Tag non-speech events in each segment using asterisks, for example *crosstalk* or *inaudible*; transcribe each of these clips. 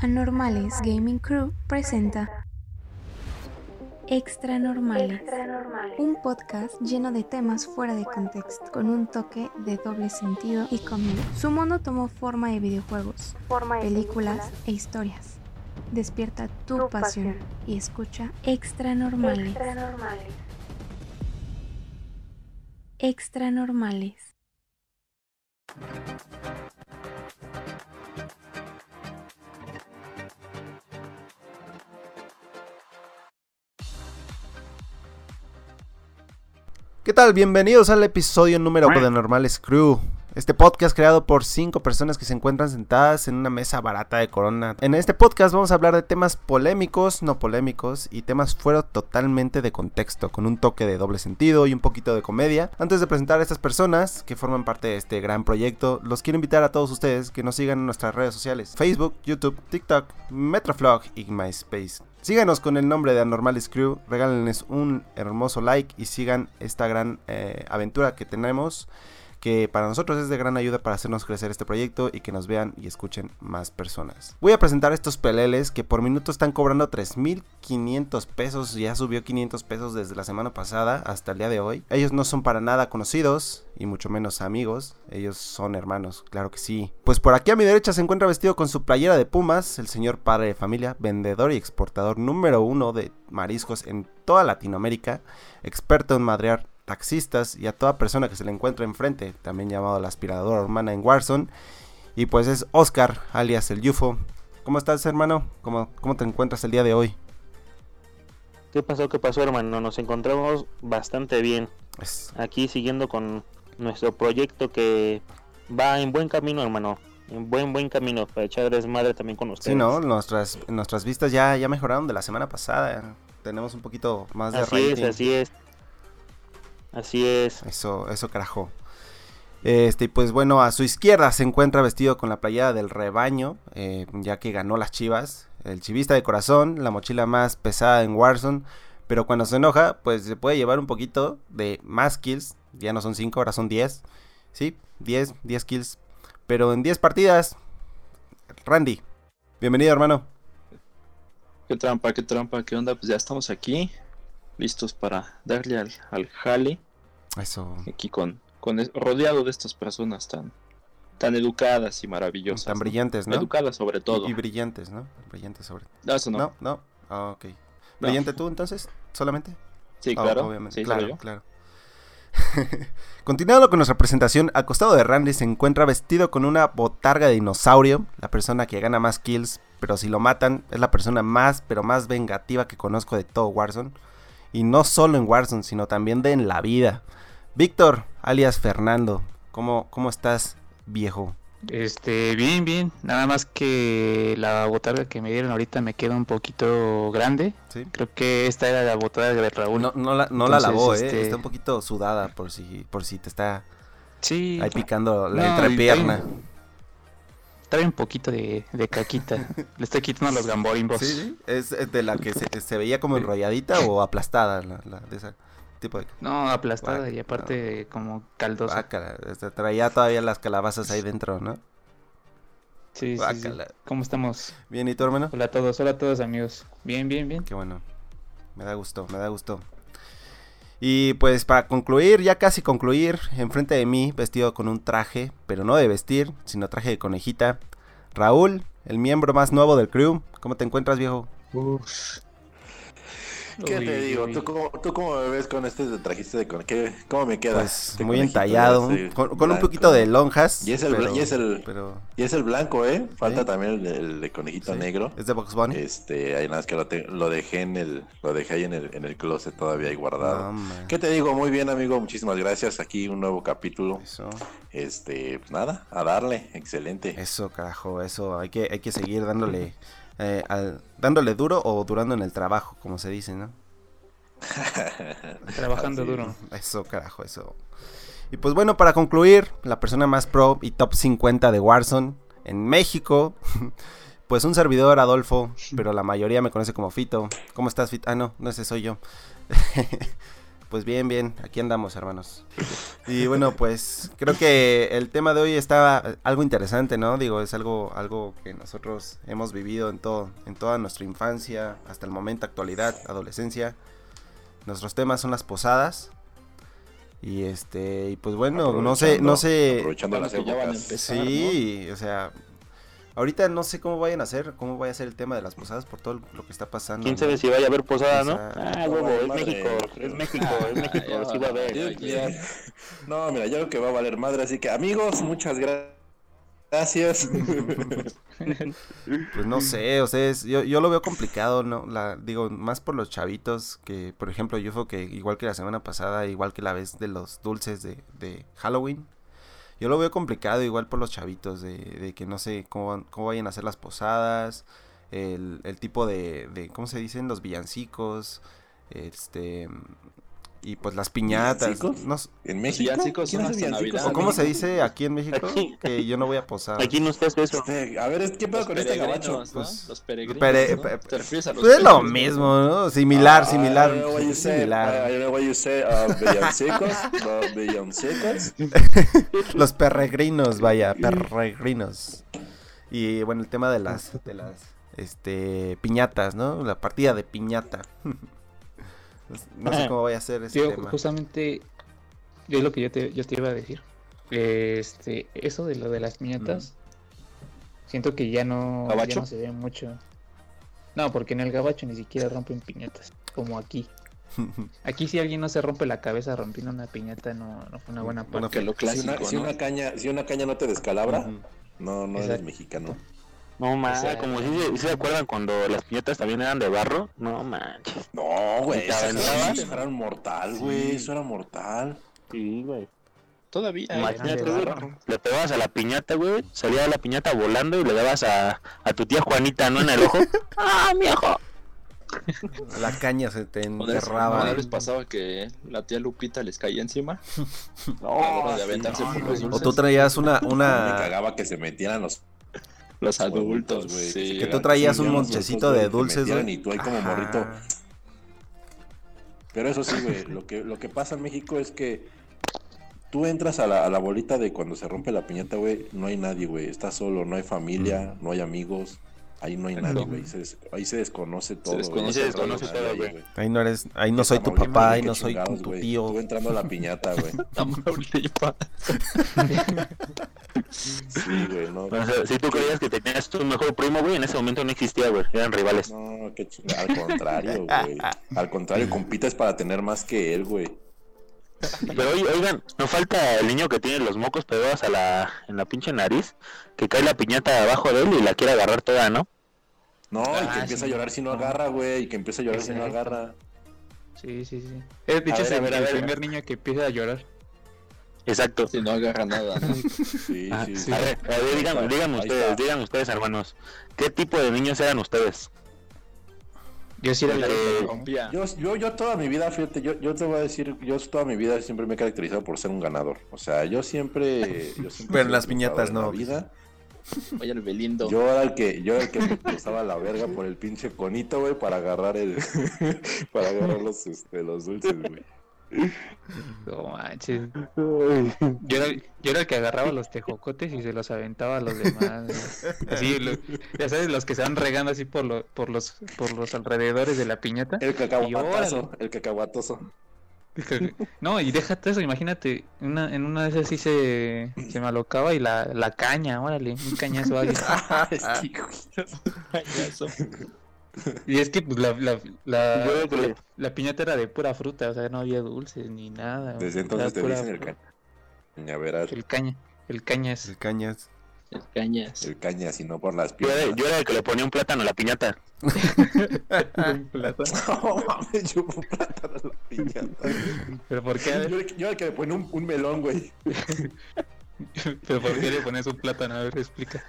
Anormales Gaming Crew presenta Extra Normales, un podcast lleno de temas fuera de contexto, con un toque de doble sentido y conmigo. Su mundo tomó forma de videojuegos, películas e historias. Despierta tu pasión y escucha Extra Normales. Extra Normales. ¿Qué tal? Bienvenidos al episodio número uno de Normales Crew. Este podcast creado por cinco personas que se encuentran sentadas en una mesa barata de corona. En este podcast vamos a hablar de temas polémicos, no polémicos y temas fuera totalmente de contexto, con un toque de doble sentido y un poquito de comedia. Antes de presentar a estas personas que forman parte de este gran proyecto, los quiero invitar a todos ustedes que nos sigan en nuestras redes sociales: Facebook, YouTube, TikTok, Metroflog y MySpace. Síganos con el nombre de Anormales Crew, regálenles un hermoso like y sigan esta gran eh, aventura que tenemos, que para nosotros es de gran ayuda para hacernos crecer este proyecto y que nos vean y escuchen más personas. Voy a presentar estos peleles que por minuto están cobrando 3.500 pesos, ya subió 500 pesos desde la semana pasada hasta el día de hoy. Ellos no son para nada conocidos y mucho menos amigos, ellos son hermanos, claro que sí. Pues por aquí a mi derecha se encuentra vestido con su playera de Pumas, el señor padre de familia, vendedor y exportador número uno de mariscos en toda Latinoamérica, experto en madrear taxistas y a toda persona que se le encuentre enfrente, también llamado la aspiradora humana en Warzone. Y pues es Oscar, alias el UFO. ¿Cómo estás, hermano? ¿Cómo, cómo te encuentras el día de hoy? ¿Qué pasó? ¿Qué pasó, hermano? Nos encontramos bastante bien. Es- Aquí siguiendo con nuestro proyecto que va en buen camino, hermano. En buen, buen camino. Para echar desmadre también con ustedes. Sí, ¿no? Nuestras, nuestras vistas ya, ya mejoraron de la semana pasada. Tenemos un poquito más de Así es, rating. así es. Así es. Eso, eso carajo. Este, y pues bueno, a su izquierda se encuentra vestido con la playera del rebaño, eh, ya que ganó las chivas. El chivista de corazón, la mochila más pesada en Warzone. Pero cuando se enoja, pues se puede llevar un poquito de más kills. Ya no son 5, ahora son 10. Sí, 10, 10 kills. Pero en 10 partidas, Randy, bienvenido hermano. Qué trampa, qué trampa, qué onda. Pues ya estamos aquí, listos para darle al, al jale, Eso, aquí con, con es- rodeado de estas personas tan, tan educadas y maravillosas. tan ¿no? brillantes, ¿no? Educadas sobre todo. Y, y brillantes, ¿no? Brillantes sobre No, eso no. No, no. Ah, ok. ¿Brillante tú entonces? ¿Solamente? Sí, Ah, claro. Obviamente. Sí, claro, soy yo. claro. *laughs* Continuando con nuestra presentación, al costado de Randy se encuentra vestido con una botarga de dinosaurio, la persona que gana más kills, pero si lo matan es la persona más, pero más vengativa que conozco de todo Warzone. Y no solo en Warzone, sino también de en la vida. Víctor, alias Fernando, ¿cómo, cómo estás, viejo? Este, bien, bien. Nada más que la botarga que me dieron ahorita me queda un poquito grande. ¿Sí? Creo que esta era la botarga de Raúl. No, no la, no la Entonces, lavó, ¿eh? este- Está un poquito sudada por si, por si te está sí, ahí picando No, la y entrepierna. trae- Trae un poquito de, *laughs* de caquita. Le estoy quitando los gamborimbos. Sí, sí. Es es de la que se, se veía como Sí. enrolladita o aplastada, la, la- de ese tipo de... No, aplastada Guac, y aparte como caldosa. Guácala, este, traía todavía las calabazas ahí dentro, ¿no? sí, sí, sí. guácala. ¿Cómo estamos? Bien, ¿y tú, hermano? Hola a todos, hola a todos amigos. Bien, bien, bien. Qué bueno. Me da gusto, me da gusto. Y pues para concluir, ya casi concluir, enfrente de mí, vestido con un traje, pero no de vestir, sino traje de conejita, Raúl, el miembro más nuevo del crew. ¿Cómo te encuentras, viejo? ¿Qué te Uy, digo? uy. ¿Tú cómo, ¿Tú cómo me ves con este trajiste de con qué? ¿Cómo me queda? Pues Este muy conejito, entallado, así, con, con un blanco. poquito de lonjas. Y es el bla- y es el- pero- Y es el blanco, ¿eh? Falta Sí. también el, el de conejito sí. negro. Es de Box Bunny. Este, ahí nada más que lo, te- lo dejé en el, lo dejé ahí en el, en el closet todavía ahí No, guardado. man. ¿Qué te digo? Muy bien, amigo. Muchísimas gracias. Aquí un nuevo capítulo. Eso, Este, pues nada, a darle. Excelente. eso, carajo, eso. Hay que, hay que seguir dándole, eh, al- dándole duro o durando en el trabajo, como se dice, ¿no? Trabajando Así es. Ah, duro. Eso, carajo, eso. Y pues bueno, para concluir, la persona más pro y top 50 de Warzone en México, *laughs* pues un servidor, Adolfo, *laughs* pero la mayoría me conoce como Fito. ¿Cómo estás, Fito? Ah, no, no ese soy yo. Pues bien, bien, aquí andamos, hermanos. Y bueno, pues creo que el tema de hoy está eh, algo interesante, ¿no? Digo, es algo, algo que nosotros hemos vivido en todo, en toda nuestra infancia, hasta el momento, actualidad, adolescencia. Nuestros temas son las posadas. Y este, y pues bueno, no sé, no sé. Aprovechando las Bueno, que ya van a épocas. empezar, Sí, o sea, ahorita no sé cómo vayan a hacer, cómo vaya a ser el tema de las posadas por todo lo que está pasando. ¿Quién ¿no? sabe si vaya a haber posada, no? Posada. Ah, huevo, es Madre, México, no creo. es México, es México, sí va a Yo- haber. ya- No, mira, ya lo que va a valer madre, así que amigos, muchas gra- *laughs* gracias. *laughs* Pues no sé, o sea, es- yo, yo lo veo complicado, ¿no? La, digo, más por los chavitos que, por ejemplo, Yufo, que igual que la semana pasada, igual que la vez de los dulces de, de Halloween, yo lo veo complicado igual por los chavitos, de, de que no sé cómo, van- cómo vayan a hacer las posadas, el, el tipo de, de, ¿cómo se dicen? Los villancicos, este, y pues las piñatas. ¿Villancicos? no s- En México. Villancicos ¿Quién son hace hasta villancicos Navidad. ¿O en cómo se México? dice aquí en México? Ah, Aquí. Que yo no voy a posar. Aquí no está eso. ¿eh? Este, a ver, es- ¿qué pedo Los con este gabacho? peregrinos, ¿no? Pues, Los peregrinos. pere- ¿no? pe- ¿Te refieres a los Pues es lo peregrinos? mismo, ¿no? Similar, Ah, similar. I don't know what you say, similar. I don't know what you say, uh, villancicos, *laughs* uh, villancicos. Los peregrinos, vaya, peregrinos. Y bueno, el tema de las, de las, este, piñatas, ¿no? La partida de piñata. *laughs* No sé cómo vaya a ser ese Yo este tema. justamente es lo que yo te, yo te iba a decir. Este, eso de lo de las piñatas, siento que ya no, ya ¿Gabacho? no se ve mucho. No, porque en el gabacho ni siquiera rompen piñatas, *laughs* como aquí. Aquí si alguien no se rompe la cabeza rompiendo una piñata, no, no fue una buena No parte. Que lo Si una, clásico, si ¿no? una caña, si una caña no te descalabra, Ujú. no, no eres Exacto. mexicano. No manches, sea- como si se, si se acuerdan cuando las piñatas también eran de barro. No manches. No, güey, ¿Te eso era- aventabas? eso era mortal, güey, eso era mortal. Sí, güey. Todavía. hay- Imagínate, de güey. barro. Le pegabas a la piñata, güey. Salía la piñata volando y le dabas a, a tu tía Juanita, ¿no? En el *laughs* ojo. ¡Ah, mi ojo! La caña se te ¿No les- enterraba. ¿No les pasaba que la tía Lupita les caía encima? No, de aventarse Oh, no, por no, los no. O dulces. tú traías una, Me una, cagaba que se metieran los Los adultos, adultos, güey. se sí. que tú *laughs* llegaran- traías se un llegaran los monchecito adultos, de güey, se dulces, metieran güey. Y tú ahí como Ajá. morrito. Pero eso sí, güey, lo que, lo que pasa en México es que tú entras a la, a la bolita de cuando se rompe la piñata, güey, no hay nadie, güey. Estás solo, no hay familia, no hay amigos. Ahí no hay nadie, güey. Se des- Ahí se desconoce todo. güey. desconoce No todo, conoce güey. nadie, güey. Ahí no eres, ahí no Está soy tu Mauricio, papá, ahí qué no soy tu- chingados, tu güey. tío. *laughs* Tú entrando a la piñata, güey. *laughs* Sí, güey, *laughs* no. O sea, si tú creías que tenías tu mejor primo, güey, en ese momento no existía, güey. Eran rivales. No, qué chingada. Al contrario, güey. Al contrario, compites para tener más que él, güey. Pero oye, oigan, nos falta el niño que tiene los mocos pegados a la, en la pinche nariz, que cae la piñata abajo de él y la quiere agarrar toda, ¿no? No, y Ah, que sí. empieza a llorar si no agarra, güey. Y que empieza a llorar si no Exacto. agarra. Sí, sí, sí. Eh, De hecho, A es ver, a el, ver, a el ver. primer niño que empieza a llorar. Exacto. Si no agarra nada, *laughs* ¿no? Sí, Ah, sí. A ver, a ver, díganme, Ahí díganme está. ustedes, díganme ustedes, hermanos, ¿qué tipo de niños eran ustedes? Yo sí era el Eh, que rompía. Rompía. Yo, yo, yo toda mi vida, fíjate, yo, yo te voy a decir, yo toda mi vida siempre me he caracterizado por ser un ganador. O sea, yo siempre. Yo siempre Pero en soy las triunfador piñatas en la no. vida. Oye, el Belindo. *laughs* Yo era el que, yo era el que me cruzaba la verga por el pinche conito, güey, para agarrar el. *laughs* para agarrar los, este, los dulces, güey. No manches. Yo era, yo era el que agarraba los tejocotes y se los aventaba a los demás. güey. Así, lo- ya sabes, los que se van regando así por, lo- por, los, por los alrededores de la piñata. El Y cacahuatazo, el cacahuatoso. No, y déjate eso, imagínate, una, en una de esas sí se, se me alocaba y la, la caña, órale, un cañazo ahí. *laughs* Y es que pues, la, la, la, Yo creo- la piñata era de pura fruta, o sea, no había dulces ni nada. güey. Desde entonces Era te pura dicen el fru- ca- cañaveral, el caña. El caña es. El cañas. El Cañas. Eh, el caña, sino por las Yo era, piernas. yo era el que le ponía un plátano a la piñata. No mames, yo un plátano a la piñata. Pero ¿por Yo, qué, era el que- yo era el que le pone un, un melón, güey. pero ¿por qué le pones un plátano? A ver, explica.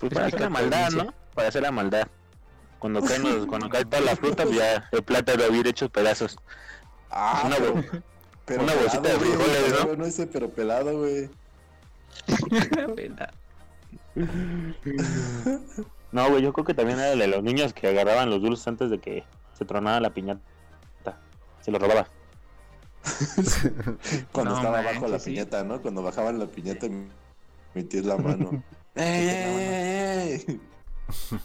Pues para hacer la Explica tu maldad, evidencia. ¿no? Para hacer la maldad. Cuando caen los- cuando cae toda la *laughs* fruta, pues ya el plátano había hecho pedazos. Ah, Una pero- bo- pero una bolsita pelado, de güey, frijoles, ¿no? pero No ese, pero pelado, güey. No, güey, yo creo que también era de los niños que agarraban los dulces antes de que se tronara la piñata. Se los robaba. Cuando No estaba abajo manches, la sí. piñata, ¿no? Cuando bajaban la piñata y metías la mano. ¡Ey, ey, ey, ey!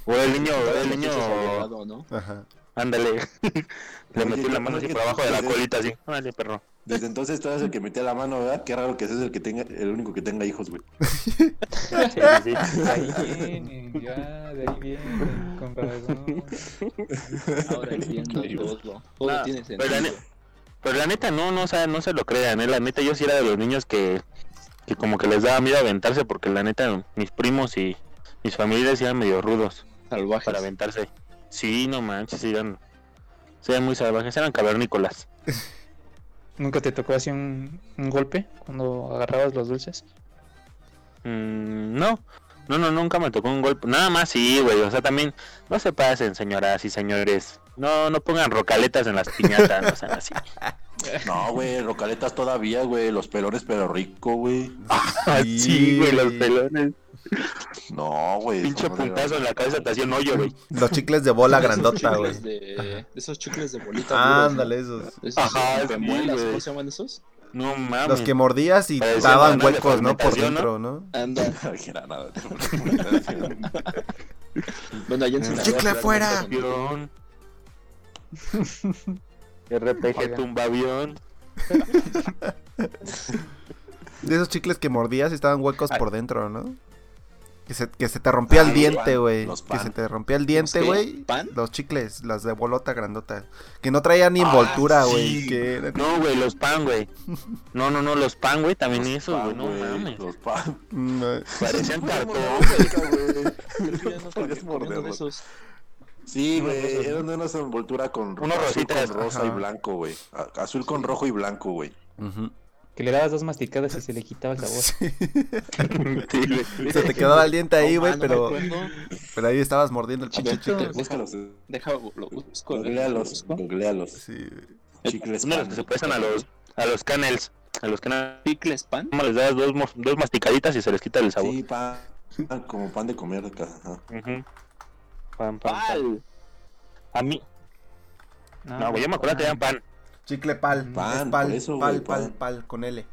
O el niño, el Lo niño. pinches abogado, ¿no? Ajá. Ándale. *laughs* Le Oye, metí la pero mano es así que por abajo de la desde- colita, así. Órale, perro. Desde entonces tú eres el que metía la mano, ¿verdad? Qué raro que seas el que tenga, el único que tenga hijos, güey. Sí, sí, sí. De ahí viene, ya, de ahí viene, con razón. *laughs* Ahora entiendo todo. Todo Nah, tiene pero sentido. la, ne- pero la neta no, no, o sea, no se lo crean, ¿eh? la neta yo sí era de los niños que, que como que les daba miedo aventarse porque la neta mis primos y mis familias eran medio rudos Salvajes. para aventarse. Sí, no manches, eran, sí, eran muy salvajes, eran cavernícolas. ¿Nunca te tocó así un, un golpe cuando agarrabas los dulces? Mm, no, no, no, nunca me tocó un golpe, nada más sí, güey, o sea, también no se pasen señoras y señores. No, no pongan rocaletas en las piñatas, no sean así. No, güey, rocaletas todavía, güey. Los pelones, pero rico, güey. *laughs* Sí, güey, los pelones. No, güey. Pinche eso no era- puntazo en la cabeza te hacía un hoyo, güey. Los chicles de *laughs* bola Esos grandota, güey. Ah, chicles De, de esos chicles de ¿eh? bolita. Ándale, esos. duros, ¿no? Ajá, Esos de sí, muelas, güey. ¿cómo se llaman esos? No mames. Los que mordías y Parecían daban banana de huecos, ¿no? Por fermentación, dentro, ¿no? Anda. Que era nada. Pero Bueno, allá en Sinaloa. chicle claro, afuera. no tocan, ¿no? Avión. RPG tumba avión. De esos chicles que mordías y estaban huecos por dentro, ¿no? Que se, que se te rompía el los diente, pan, güey. los Que pan. se te rompía el diente, qué? güey. ¿Pan? Los chicles, las de bolota grandota. Que no traían ni Ah, envoltura, sí. güey. que eran- No, güey, los pan, güey. No, no, no, los pan, güey, también esos, güey, no mames. Los pan. Mm, eh. *laughs* Parecían cartón. Yo ya no Podías comí- comiendo morderlo. de esos. Sí, güey. Era una una envoltura con Unos azul rositas, con rosa y ajá. blanco, güey. A- Azul con rojo y blanco, güey. Ujú. Que le dabas dos masticadas y se le quitaba el sabor. *laughs* Sí. Sí, güey. Se te quedaba el diente ahí, No, güey, ma, no me pero, acuerdo. pero ahí estabas mordiendo el pinche Chiquito. chicle. Búscalos. Deja, lo busco. lo eh. Googlealos. busco. Googlealos. Sí. Chicles. Uno de los que se pan. pasan a los, a los canels. A los canels. Picles pan. Nada más Les das dos, mo- dos masticaditas y se les quita el sabor. Sí, pan. pan, Como pan de comer de casa. ajá. Ujú. Pan, pan, pan. A mí. Ah, No, güey, yo me acuerdo que eran pan. Chicle pal. Pan, Es pal, por eso, pal, güey, pal, pan. pal, con L.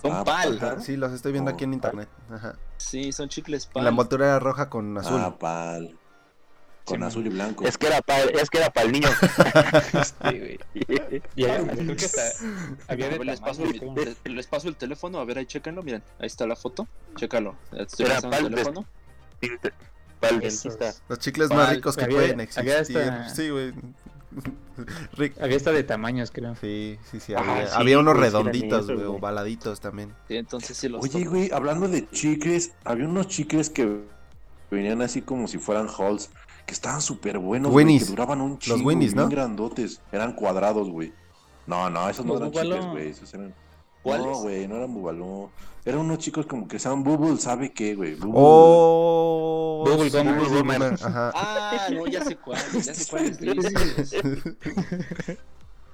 Son Ah, pal. pan. Ajá, Sí, los estoy viendo Oh, aquí en pal. internet. Ajá. Sí, son chicles pan. La envoltura era roja con azul. Ah, pal. Con Sí, azul y blanco. Es que era para es que era para el niño. *laughs* Sí, güey. Y ahí, creo que hasta había A de ver, les, paso tamaño, mi- creo. te- les paso el teléfono, a ver ahí chéquenlo, miren, ahí está la foto, chécalo, estoy Era pasando pal el de- teléfono, Para el Esos. dentista. Los chicles más Pal, ricos que había- pueden había existir. hasta- Sí, güey. *laughs* Ric- Había hasta de tamaños, creo. Ah, Sí, sí, sí. Ah, Había, sí, había unos güey, sí, eran redonditos, esos, güey, güey. ovaladitos también. sí, entonces sí los Oye, toco. güey, hablando de chicles, había unos chicles que venían así como si fueran halls, que estaban súper buenos, güey, Winnies. que duraban un chingo, Winnies, bien ¿no? grandotes, eran cuadrados, güey. No, no, esos no Los eran Bubaló. chicles, güey, esos eran... ¿Cuáles? No, güey, no eran bubaló. Eran unos chicos como que estaban bubble, ¿sabe qué, güey? Bubble. Oh, Bubble sí, gum, Bubble bubble gum, gum. Ajá. Ah, no, ya sé cuáles, ya sé cuáles dices.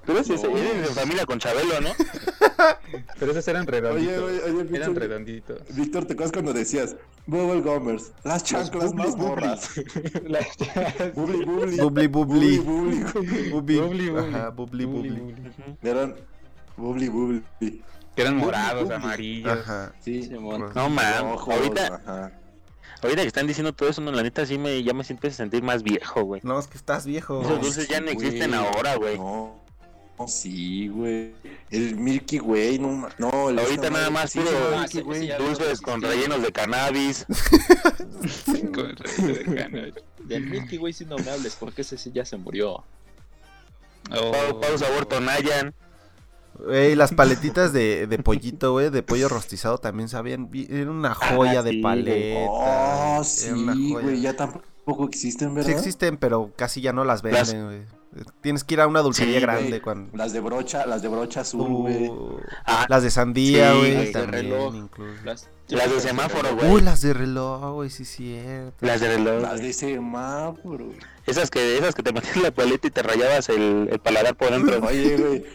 Pero si Oh. se viene de familia con Chabelo, ¿no? Pero esos eran redonditos. Oye, oye, oye, eran pinche- redonditos. Víctor, ¿te acuerdas cuando decías bubble gomers? Las chanclas más morras. *laughs* Bubble, bubble. Bubble, bubble. Bubble, bubble, güey. *laughs* Bubble. Bubble, bubble. Ajá, bubble, Bubli, bubble. bubli. Eran bubble, bubble. Que eran morados, bubli. amarillos. Ajá. Pues, Sí, Simón. No mames. Ojos, Ahorita, ajá. ahorita que están diciendo todo eso, no, la neta sí me, ya me siento sentir más viejo, güey. No, es que estás viejo. Esos dulces ya no güey. existen ahora, güey. No, no, sí, güey. El Milky Way, no, ma- no el Ahorita nada más sí, puro no, ah, sí, sí, ya- Dulces con rellenos de cannabis. *laughs* Con relleno de cannabis. Del Milky Way si no me hables, porque ese sí ya se murió. Oh. Pau, Pau sabor Tonayan. Güey, las paletitas de, de pollito, güey, de pollo rostizado también sabían. bi- Era una joya de sí, güey. paleta. Oh, Era una sí, joya. güey, ya tampoco existen, ¿verdad? Sí existen, pero casi ya no las Las- venden, güey. Tienes que ir a una dulcería Sí, grande güey. cuando... Las de brocha, las de brocha azul, güey. Uh, Ah, las de sandía, Sí, güey, las de también reloj, incluso. Las, las de semáforo, Uy, güey. las de reloj, güey, sí es *laughs* cierto. Las de Las reloj. de semáforo. Esas que, esas que te metías la paleta y te rayabas el, el paladar por dentro. Oye, güey.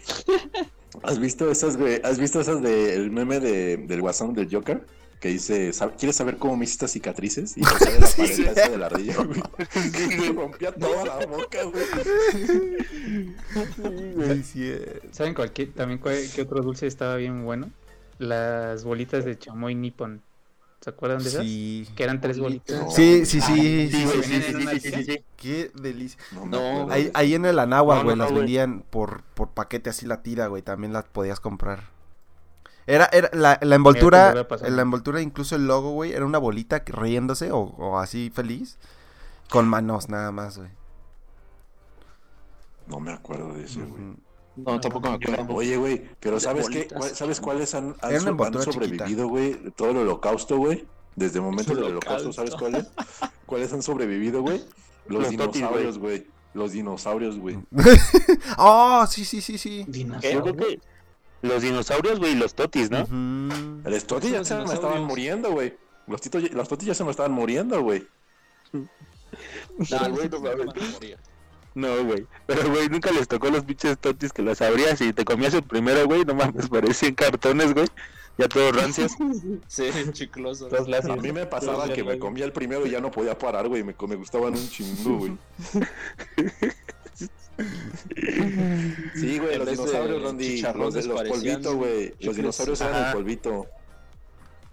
¿Has visto esas, güey? ¿Has visto esas del meme de, del guasón del Joker? que dice, "Sab- ¿quieres saber cómo me hice estas cicatrices? Y sale *laughs* la Sí, paleta sí. esa de la *laughs* ardilla, güey. *laughs* Que me rompía toda la boca, güey. Güey, sí, eh. ¿Saben cuál, qué- también cuál, qué otro dulce estaba bien bueno? Las bolitas de chamoy nippon. ¿Se acuerdan de esas? Sí. Que eran tres bolitas. Ah, No. Sí, sí, sí, Sí, sí, sí, güey, sí, venían sí, en sí, una sí, sí, sí, sí. Qué delicia. No, me No, acuerdo, Ahí, güey. ahí en el Anáhuac, No, güey, no, las no, güey. vendían por, por paquete así la tira, güey, también las podías comprar. Era, era la, la envoltura, te lo voy a pasar. en la envoltura incluso el logo, güey, era una bolita que- riéndose o, o así feliz con manos nada más, güey. No me acuerdo de ese, güey. Ujú. *laughs* No, tampoco me acuerdo. Oye, güey, pero De ¿sabes qué? bolitas. ¿Cuál- ¿Sabes cuáles han, Era una han so- han envoltura chiquita. sobrevivido, güey? de Todo el holocausto, güey. Desde el momento del holocausto, ¿sabes cuáles? ¿Cuáles han sobrevivido, güey? Los, Los totis, dinosaurios, güey. Los dinosaurios, güey. ¡Oh, sí, sí, sí, sí! Yo creo que los dinosaurios, güey, y los totis, ¿no? Ujú. Los totis ya Los se me estaban dinosaurios. muriendo, güey. Los, titos ya- los totis ya se me estaban muriendo, güey. No, güey, no no me mames. No, güey. Pero, güey, nunca les tocó los pinches totis que los abrías y te comías el primero, güey. No mames, parecían cartones, güey. Ya todos rancios. Sí, *laughs* chicloso. Todos A lacios. mí me pasaba que me comía el primero y ya no podía parar, güey. Me, co- me gustaban un chingo, güey. Sí, güey, En vez los de dinosaurios, Randy. Los, de- chicharrones los parecían polvitos, güey. Los chicles. dinosaurios eran el Ajá. polvito.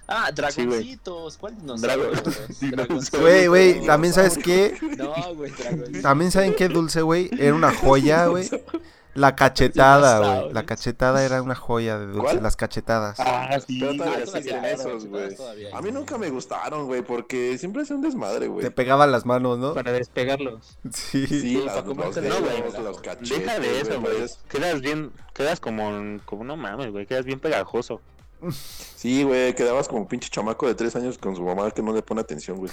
Ah, güey. dragoncitos. ¿Cuál dinosaurio? Drago- Dragoncitos. Güey, güey, también sabes qué, No, güey, dragoncitos. también saben qué dulce, güey, era una *laughs* joya, güey. La cachetada, güey, la cachetada era una joya de dulce, ¿Cuál? las cachetadas. *laughs* Ah, sí. Pero todavía Ah, existen todavía, esos, todavía, güey. todavía hay. A mí nunca me gustaron, güey, porque siempre es un desmadre, güey. Te pegaban las manos, ¿no? Para despegarlos. *laughs* Sí. Sí, Sí, las, para los comértelo, dedos, güey. los cachetes. Deja de eso, güey. pareces- Quedas bien, quedas como, como no mames, güey. Quedas bien pegajoso. Sí, güey, quedabas como un pinche chamaco de tres años con su mamá que no le pone atención, güey.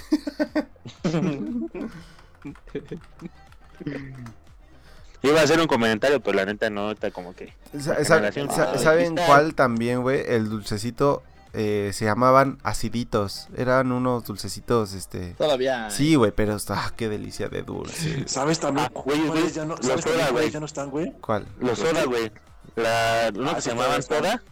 Iba a hacer un comentario, pero la neta no, está como que. Sa- La sa- generación sa- pasada. ¿Saben Cristal. cuál también, güey? El dulcecito eh, se llamaban aciditos. Eran unos dulcecitos, este. Todavía. Sí, güey, pero está. *laughs* ¡Qué delicia de *laughs* dulce! *laughs* ¿Sabes también Ah, güey, cuáles güey, ya no, los ¿sabes también Soda, cuáles güey. ya no están, güey? ¿Cuál? Los soda, güey. La, uno Pues Ah, que sí, se llamaban todavía soda.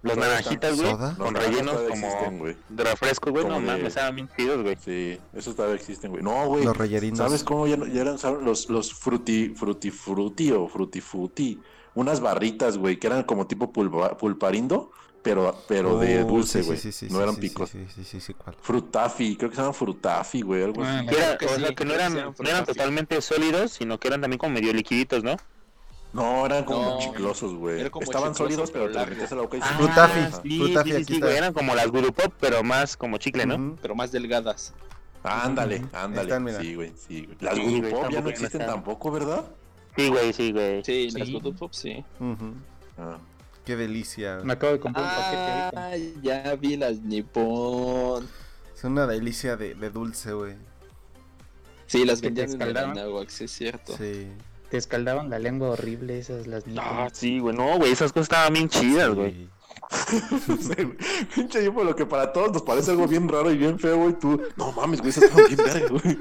Los Todavía naranjitas, güey. ¿Soda? Con Los rellenos todavía como existen, güey. de refresco, güey. No Como de- mames, estaban bien chidos, güey. Sí, esos todavía existen, güey. No, güey. Los rellerinos. ¿Sabes cómo ya, no- ya eran ¿sabes? los, los fruti, fruti, fruti o frutifuti? Unas barritas, güey, que eran como tipo pulva- pulparindo, pero, pero de Uh, dulce, sí, güey. sí, sí, sí, no sí, eran sí, picos. Sí, sí, sí, sí, sí, ¿cuál? Frutafi, creo que se llaman frutafi, güey, algo Ah, así. la- Que era- Creo que o sí, sea, que no creo que eran, sí eran no eran frutas, sí. totalmente sólidos, sino que eran también como medio liquiditos, ¿no? No, eran como No, chiclosos, güey. era como Estaban chicloso, sólidos, pero pero te lo largo. metías a la boca y se- Ah, Frutafi, sí, Frutafi, sí, sí, aquí sí, güey, está. Eran como las Guru Pop, pero más como chicle, ¿no? Ujú. Pero más delgadas. Ah, Ándale, Ujú. ándale. Están, mira. sí, güey, sí, güey. Las Sí, Guru güey, Pop ya no tampoco existen están. tampoco, ¿verdad? Sí, güey, sí, güey. Sí, las Sí. Good Pop, sí. Ujú. Ah. *laughs* ¡Qué delicia! Me acabo de comprar un paquete ahorita. Ah, ya vi las Nippon. Es una delicia de, de dulce, güey. Sí, las Que te vendían en el escaldaban. Anáhuac, sí, es cierto. Sí. Te escaldaban la lengua horrible esas, las Ah, nippon. sí, güey. No, güey, esas cosas estaban bien chidas, güey. Sí. No sé, güey. Pinche yo, por lo que para todos nos parece algo bien raro y bien feo, güey. Tú, no mames, güey, esas están bien verga, güey.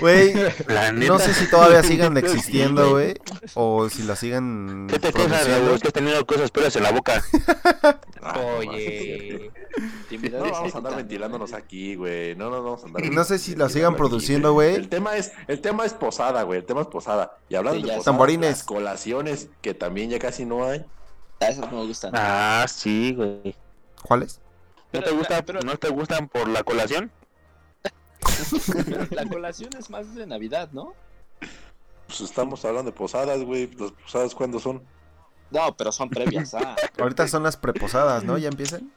Güey, La neta. no sé si todavía sigan Neta, *laughs* sí, existiendo, güey. O si las sigan. ¿Qué te quejas, produciendo. güey? Que has tenido cosas peras en la boca. Ah, no mames, es cierto. Oye. Intimidad No de vamos a andar secta, ventilándonos aquí, güey. No, no, no vamos a andar. No sé si la ventilando sigan aquí, produciendo, güey. El tema es, el tema es posada, güey. El tema es posada. Y hablando Sí, de ya. posadas, Tamborines. las colaciones que también ya casi no hay. Ah, esas no me gustan. Ah, sí, güey. ¿Cuáles? ¿No Pero- te, gusta, pero- ¿No te gustan por la colación? Pero la colación es más de Navidad, ¿no? Pues estamos hablando de posadas, güey. Las posadas cuándo son? No, pero son previas, ah. Ahorita son las preposadas, ¿no? ¿Ya empiezan?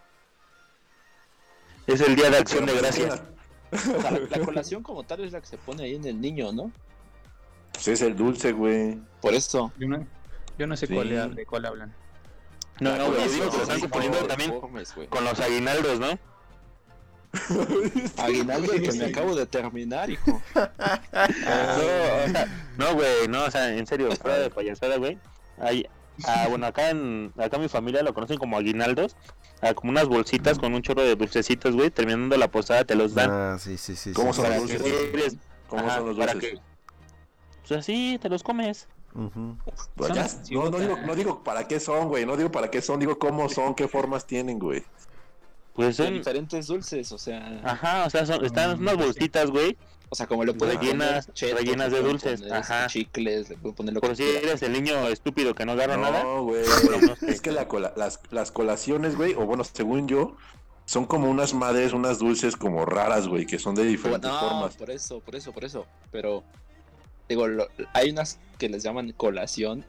Es el día de acción de Pues, gracias. O sea, la colación como tal es la que se pone ahí en el niño, ¿no? Pues es el dulce, güey. Por eso. Yo no, yo no sé Sí. cuál es- de cuál hablan. No, no, güey. colación, Yo digo que lo sí, están componiendo por también Comes, güey. con los aguinaldos, ¿no? Aguinaldo que me acabo de terminar, hijo. *laughs* No, o sea, no, güey, no, o sea, en serio, fuera de payasada, güey. Hay, ah, bueno, acá en, acá mi familia lo conocen como aguinaldos, ah, como unas bolsitas con un chorro de dulcecitos, güey, terminando la posada te los dan. Ah, sí, sí, sí. ¿Cómo sí, sí, sí, Para son los que dulces? sí. eres- ¿Cómo ajá, son los para dulces? que- Pues así, te los comes. Ujú. Pues Son ya, las no, no digo, chivotas. no digo para qué son, güey. No digo para qué son, digo cómo son, qué formas tienen, güey. Pues de son. Ah. diferentes dulces, o sea, Ajá, o sea, son, están unas bolsitas, güey. o sea, como le pueden Rellenas- poner chetos, rellenas le de pueden dulces, poner, este, ajá. chicles, le pueden poner lo Por que si quieran. eres el niño estúpido que no agarra nada. No, güey. Es que la cola- las, las colaciones, güey, o bueno, según yo, son como unas madres, unas dulces como raras, güey, que son de diferentes no, formas. por eso, por eso, por eso. Pero, digo, lo- hay unas que les llaman colación.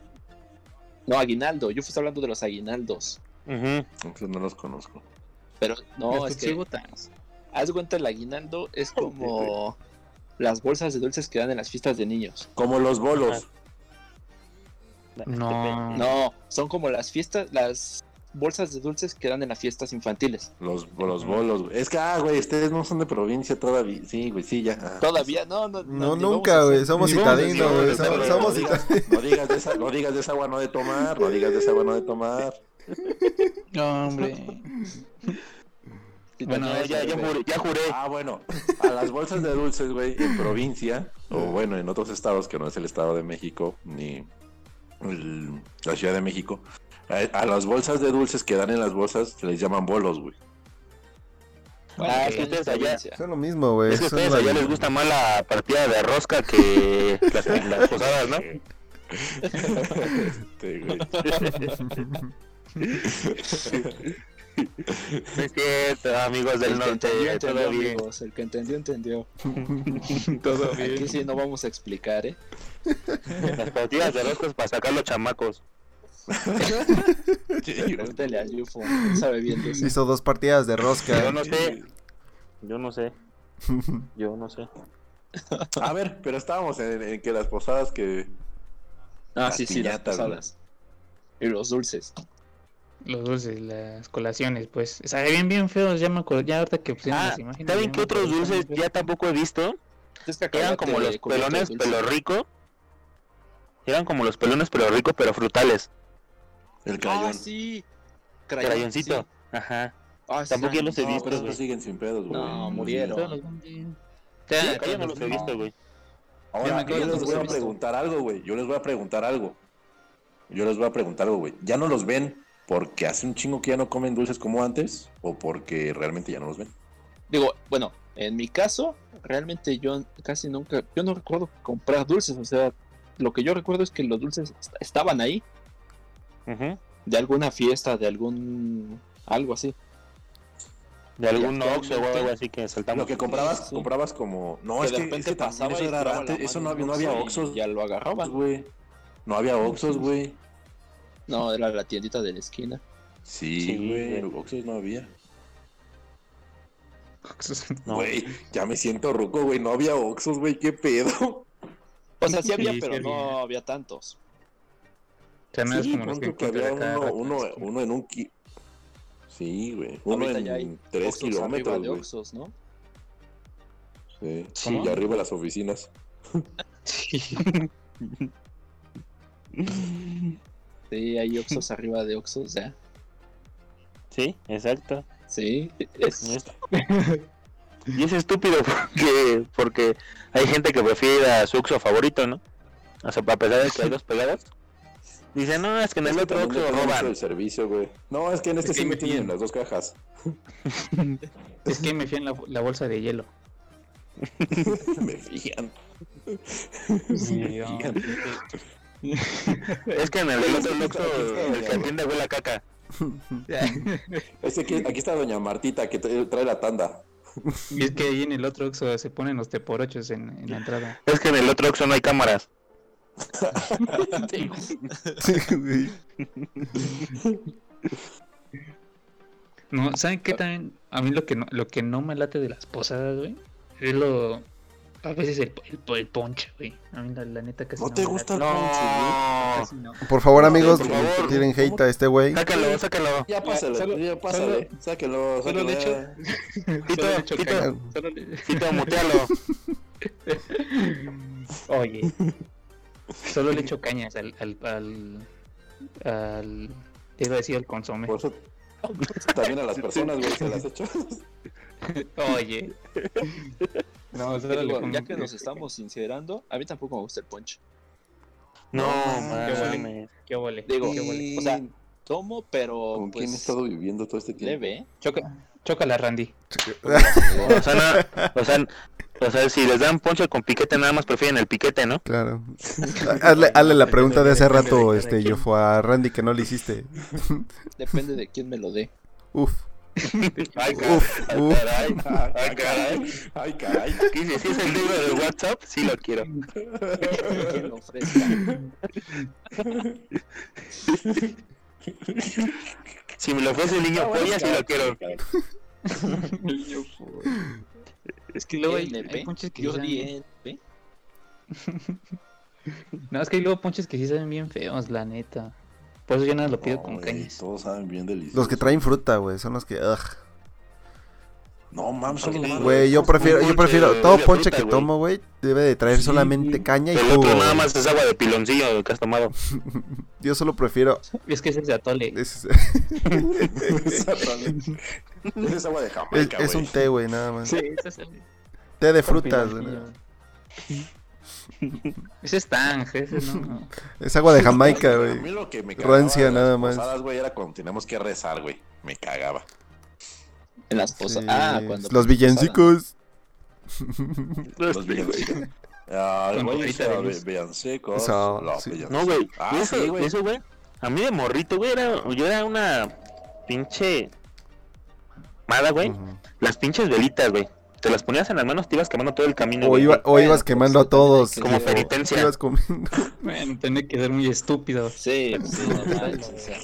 No, aguinaldo. Yo estoy hablando de los aguinaldos. Ujú. Entonces no los conozco. Pero no, Las es que. tuxibotas. Haz de cuenta, el aguinaldo es como las bolsas de dulces que dan en las fiestas de niños. Como los bolos. No. No, son como las fiestas, las bolsas de dulces que dan en las fiestas infantiles. Los, los bolos, güey. Es que, ah, güey, ustedes no son de provincia todavía. Sí, güey, sí, ya. Ah. ajá. Todavía, no, no, No, ni nunca, vamos a güey. hacer- Somos ni vamos a decir, citadinos, güey. no, Somos, no, somos no, citadinos. No digas, de esa, no digas de esa agua no de tomar, no digas de esa agua no de tomar. No, hombre. Sí, Bueno, no, No, ya, ya güey. juré, ya juré. Ah, bueno, a las bolsas de dulces, güey, en provincia, o bueno, en otros estados que no es el Estado de México, ni el- la Ciudad de México, a, a las bolsas de dulces que dan en las bolsas se les llaman bolos, güey. Bueno, Ah, que es que ustedes está allá- bien, sí. Son lo mismo, güey. Es que a son ustedes la- allá les gusta más la partida de rosca que las, las posadas, Ah, ¿no? *laughs* Este, güey. No Es cierto, amigos del El Pues que norte, eh, entendió, entendió, todo bien. amigos. El que *laughs* entendió, entendió. Todo Aquí sí no vamos a explicar, ¿eh? Las partidas de roscas para sacar los chamacos. Pregúntale al UFO, él sabe bien de eso. Hizo dos partidas de Yo rosca. no sé. Yo no sé. Yo no sé. A ver, pero estábamos en, en que las posadas que... Ah, Las sí, sí, las piñatas, ¿no? posadas. Y los dulces. Los dulces, las colaciones, pues. Sabían bien feos, ya me acuerdo. Ya ahorita que pusieron Ah, las imágenes. ya ¿saben me qué otros acuerdo, dulces estaban ya tampoco he visto? Es Eran cacahuate como los cubierto de pelones dulce. pelo rico. Eran como los pelones pelo rico, pero frutales. El crayón. Ah, sí. Crayón, Crayoncito. sí. Ajá. Ah, sí. Tampoco yo los he No, visto, pero esos güey. siguen sin pedos, güey. Mm. No, bien. murieron. Todos los dulces. Ya, Sí, acá todos yo no los los he dulces. visto, güey. Ya me Ahora, acuerdo yo de les los voy a he visto. preguntar algo, güey. Yo les voy a preguntar algo. Yo les voy a preguntar algo, güey. ¿Ya no los ven porque hace un chingo que ya no comen dulces como antes? ¿O porque realmente ya no los ven? Digo, bueno, en mi caso, realmente yo casi nunca, yo no recuerdo comprar dulces, o sea, lo que yo recuerdo es que los dulces est- estaban ahí, Ujú. de alguna fiesta, de algún, algo así. De algún actualmente- Oxxo o algo así que saltamos. Lo que comprabas, Sí. comprabas como. No, Que es de que, repente es que también pasaba eso y era tiraba raro. la Antes- Eso no, mano había- en no un había Oxxo y Oxxos. Ya lo Oxxos, agarraban. güey. No había Oxxos, güey. No, era la tiendita de la esquina. Sí, Sí, güey. güey. Oxxos no había. *laughs* No. Güey, ya me siento roco, güey. No había Oxxos, güey. ¿Qué pedo? O sea, sí había, Sí, sí pero no había. había tantos. O sea, no es Sí, como los que pronto que había encuentran acá, pues, uno, ratas. uno, uno en un. ki- Sí, güey. Uno Ahorita ya hay en tres Oxxos arriba kilómetros, de güey. Oxxos, ¿no? Sí. Sí. Y arriba las oficinas. *laughs* *laughs* Sí, hay *laughs* Oxxos arriba de Oxxos, ya. Sí, exacto. Sí. Y es estúpido *laughs* porque, porque hay gente que prefiere a su Oxxo favorito, ¿no? O sea, a pesar de que hay dos pegadas. Dice, no, es que en el otro también Oxxo depende mucho roban. del servicio, güey. No, es que en este Es que sí me me tienen piden. las dos cajas. *laughs* Es que me fían la, la bolsa de hielo. me fijan. Sí, no. *laughs* Es que en el del otro Sí, Oxxo sí, sí, el que sí. atiende huele a caca. Este aquí, aquí está doña Martita que trae trae la tanda. Y es que ahí en el otro Oxxo se ponen los teporochos en, en la entrada. Es que en el otro Oxxo no hay cámaras. *laughs* No, ¿saben qué también? A mí lo que no, lo que no me late de las posadas, güey, es lo... A veces el, el, el ponche, güey. A mí la, la neta casi ¿No no, te me gusta late. el ponche, Casi no. Por favor, amigos, por favor. tiren hate a este güey. Sácalo, sácalo. Ya pásale, solo- ya pásale. sáquelo, solo sáquelo. de hecho- ya. Solo le Tito, echo Tito, caca. Ah, Solo le- Tito, mutealo. Oye. Solo le echo cañas al. al, al, al- te iba a decir al consomé. Por eso también a las personas, güey, se las echo. *laughs* *laughs* Oye. No, solo le Digo, pongo- ya que nos estamos sincerando, a mí tampoco me gusta el ponche. No, huele. mames. ¿Qué huele? Digo, ¿Qué huele? o sea, tomo, pero ¿Con pues quién he estado viviendo todo este tiempo? leve, ¿eh? Yo, cre- Chócala, Randy. O sea, na- o sea, o sea, si les dan poncho con piquete, nada más prefieren el piquete, ¿no? Claro. *laughs* Hazle, hazle la pregunta de hace rato, este, yo fue a Randy que no le hiciste. Depende de quién me lo dé. Uf. Ay, ca- Uf, ay, uf. caray. Ay, caray. Ay, caray. ¿Qué dice? Si es el libro del WhatsApp, sí lo quiero. Quien lo ofrezca. Si me lo ofrece el niño polla, sí lo quiero. Es que *laughs* luego hay, NP, hay ponches que yo sí saben di ¿eh? bien- NP. No, es que hay luego ponches que sí saben bien feos, la neta. Por eso yo nada más lo pido No, con güey, cañas. Todos saben bien deliciosos. Los que traen fruta, güey, son los que. ugh. No, mames, son los más- Güey, yo prefiero, yo Ah, ponche prefiero. de Todo fruta, ponche que güey. tomo, güey, debe de traer Sí, solamente güey. caña y El otro jugo. nada güey. más es agua de piloncillo que has tomado. Yo solo prefiero. *laughs* Es que ese es de atole. Es, *laughs* Exactamente. Esa es agua de es- Jamaica, es un güey. té, güey, nada más. Sí, ese es el- Té de con frutas, güey. piloncillo. *laughs* Ese es Tang, ese no. Es agua de *laughs* Jamaica, A mí güey. lo que me cagaba Rancia, de las nada más. posadas, güey, era cuando teníamos que rezar, güey. Me cagaba. En las Sí, posadas. Ah, cuando. Los villancicos. Los villancicos. Ah, Con güey, ropita o sea, de luz. vi- villancicos. Eso, los sí. villancicos. No, güey. Ah, eso, sí, güey. eso, güey. A mí de morrito, güey, era, yo era una pinche. Mada, güey. Ujú. Las pinches velitas, güey. Te las ponías en las manos, te ibas quemando todo el camino. O, güey. iba- o Bueno, ibas pues, quemando a también hay todos. que- Como o penitencia. ibas comiendo. Bueno, tiene que ser muy estúpido. *laughs* Sí, sí, no manches. o sea,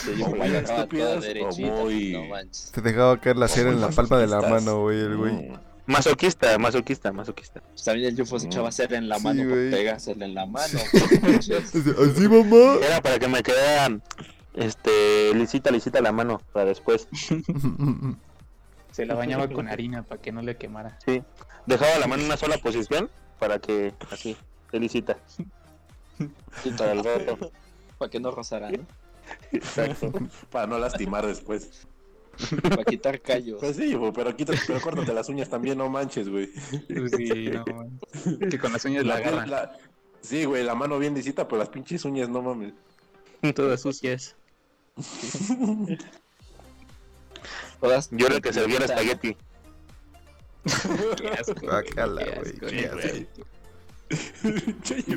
Sí, yo O me muy agarraba toda estúpidas, o derechita, muy- No manches. Te dejaba caer la cera *laughs* en la palma de la mano, güey, el *laughs* güey. Mm. Masoquista, masoquista, masoquista. Pues también el Yufo se echaba hacerle en la Sí, mano güey. por pegársela en la mano. pues, *laughs* no manches. Así, mamá. *laughs* Era para que me quedara este, lisita, lisita la mano para después. Se la bañaba con harina para que no le quemara. Sí. Dejaba la mano en una sola posición para que así, felicita. Sí, Para el rato. Para que no rozara, ¿no? *laughs* Exacto. Para no lastimar después. Para quitar callos. Pues sí, güey, pero, quita, pero córtate las uñas también, no manches, güey. Pues Sí, no, man. que con las uñas la La- agarran la- Sí, güey, la mano bien lisita, pero las pinches uñas, no mames. todas sucias. Todas Yo era el que servía el limpitas, ¿no? espagueti. Qué asco, güey, Guácala, qué güey, asco, qué güey.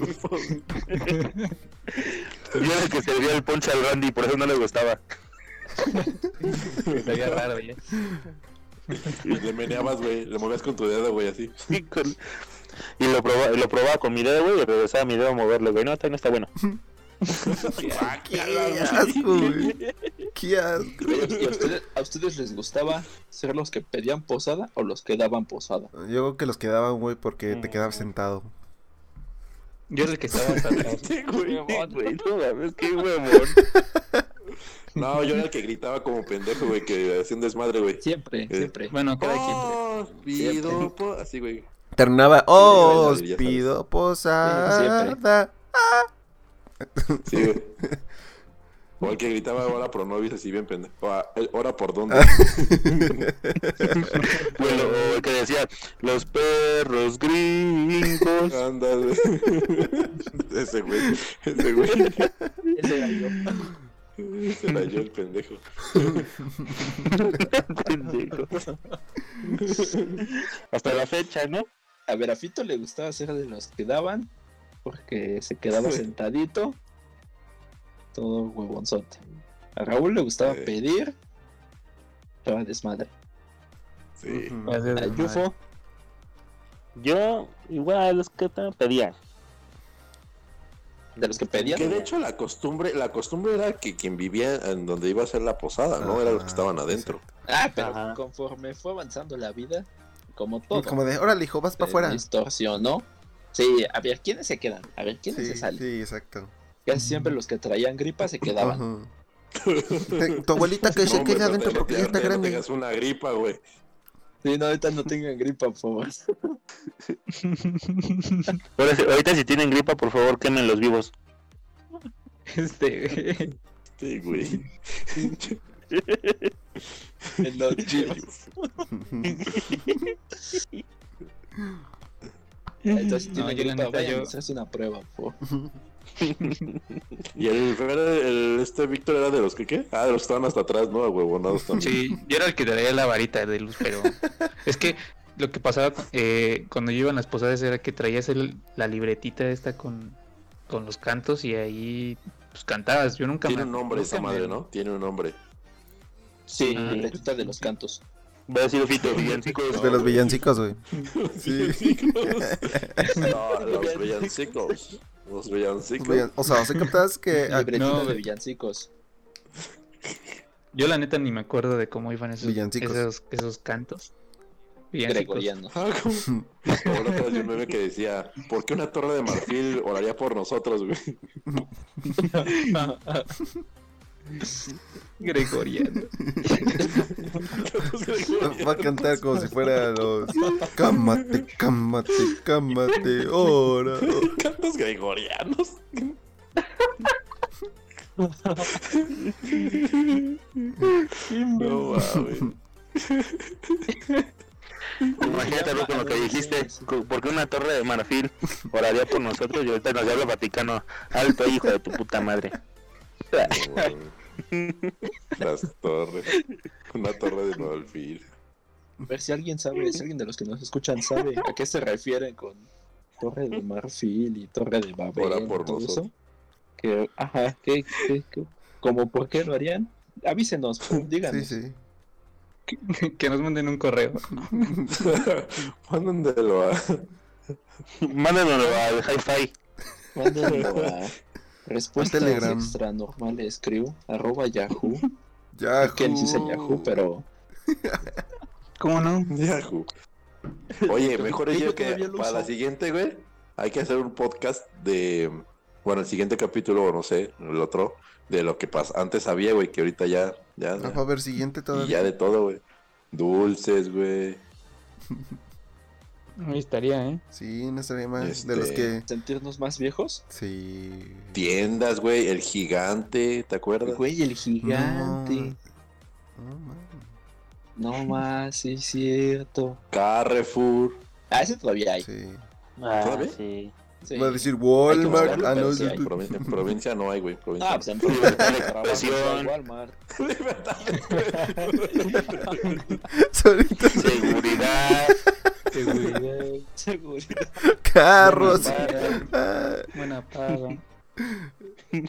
asco. Yo era el que servía el ponche al Randy, por eso no le gustaba. Estaría raro, ya. Y le meneabas, güey, le movías con tu dedo, güey, así. Y, con- y lo, proba- lo probaba con mi dedo, güey, y regresaba mi dedo a moverlo, güey. No, está, no está bueno. Qué asco, güey. Qué asco. ¿Y a ustedes, a ustedes les gustaba ser los que pedían posada o los que daban posada? Yo creo que los quedaban, güey, porque te quedabas sentado. Yo era el que estaba hasta *laughs* atrás. este, Güey, no mames, qué huevón. No, yo era el que gritaba como pendejo, güey, que hacía un desmadre, güey. Siempre, Eh, siempre. Bueno, cada quien. Oh, pido, po- así, güey. Terminaba, "Oh, os ya sabes. pido posada. Sí, güey. O el que gritaba ahora pro novis, así bien pendejo. O a- el- ¿Ahora por dónde? Güey, lo- o el que decía, los perros gringos. Ándale. Ese güey. Ese güey. Ese era yo. Ese era yo el pendejo. Pendejo. Hasta la fecha, ¿no? A ver, a Fito le gustaba ser de los que daban porque se quedaba sentadito, todo huevonzote. A Raúl le gustaba Sí. pedir, estaba desmadre. Sí. A Yufo, Yo, igual, los que te pedían. de los que pedían, Que de hecho la costumbre, la costumbre era que quien vivía en donde iba a ser la posada, ¿no? Eran los que estaban adentro. Ah, pero Ajá. conforme fue avanzando la vida, como todo, Como de, órale, hijo, vas se para afuera. distorsionó. Sí, a ver, ¿quiénes se quedan? A ver, ¿quiénes Sí, se salen? sí, exacto. Casi siempre los que traían gripa se quedaban. Ujú. Te- Tu abuelita que se *laughs* No, hombre, queda no te- adentro no porque te- ya está no grande. tengas una gripa, güey. Sí, no, ahorita *laughs* no tengan gripa, por favor. Ahora sí- ahorita si tienen gripa, por favor, quemen los vivos. Este, güey. Sí, güey. En los chivos. *laughs* Entonces, si tienen No, yo la gripa, neta, vayan yo- a hacerse una prueba, por favor. Y el, el- este Víctor era de los que, ¿qué? Ah, de los que estaban hasta atrás, ¿no? Huevonados también. *laughs* Sí, yo era el que traía la varita de luz, pero es que lo que pasaba eh, cuando yo iba a las posadas era que traías el- la libretita esta con, con los cantos y ahí pues cantabas. Yo nunca Tiene me- un nombre nunca esa me- madre, ¿no? Tiene un nombre. Sí, Ah. la tuta de los cantos. Va a decir Fito, villancicos. De los villancicos, güey. *laughs* Sí. *laughs* No, Ah, los villancicos. Los villancicos. O sea, ¿se captas que ah, Libretita no, de güey. villancicos. Yo la neta ni me acuerdo de cómo iban esos, Villancicos. esos, esos cantos. Villancicos. Gregoriano. Ah, ¿cómo? Ahora otra vez vi un meme que decía, ¿por qué una torre de marfil oraría por nosotros, güey? Gregoriano. *laughs* *laughs* va a cantar como si fuera los cámate, cámate, cámate, ora. o- Cantos gregorianos. No, mames. Imagínate algo con lo que dijiste. cu- ¿Por qué una torre de marfil oraría por nosotros y ahorita nos habla el Vaticano? Alto, hijo de tu puta madre. No, mames. *laughs* Las torres. Una torre de *laughs* marfil. A ver si alguien sabe, si alguien de los que nos escuchan sabe a qué se refieren con Torre de Marfil y Torre de Babel. Ora por y todo nosotros. eso. Que, ajá, que, que, que- como por qué lo harían, avísenos, pues, Sí, díganos. sí. que nos manden un correo. Mándandelo a... Mándanoslo al hi-fi. Mándenlo a respuestas Telegram. extra normales, crew, arroba yahoo. Ya. Que él sí dice yahoo, pero ¿Cómo no? *laughs* Yahoo. Oye, Yo- mejor yo es yo que todavía lo para la uso. siguiente, güey, hay que hacer un podcast de. Bueno, el siguiente capítulo, o no sé, el otro, de lo que pas- antes había, güey, que ahorita ya. Ya, Ah, a ver, siguiente y todavía. ya de todo, güey. Dulces, güey. Ahí estaría, ¿eh? Sí, no estaría mal. De Este- los que. sentirnos más viejos. Sí. Tiendas, güey. El gigante, ¿te acuerdas? Güey, el gigante. No, no mames. No, más, sí, es cierto. Carrefour. Ah, ese todavía hay. Sí. ¿Todavía? Ah, sí. sí. Va a decir Hay que Walmart. buscarlo, Ah, pero no, sí es hay. En, provin- en provincia no hay, güey. en Ah, Provincia. pues en Libertad de Trabajo, expresión. Walmart. *laughs* *laughs* Solito. *laughs* Seguridad. Seguridad, Seguridad. Carros. buena paga, *laughs* ah, buena paga.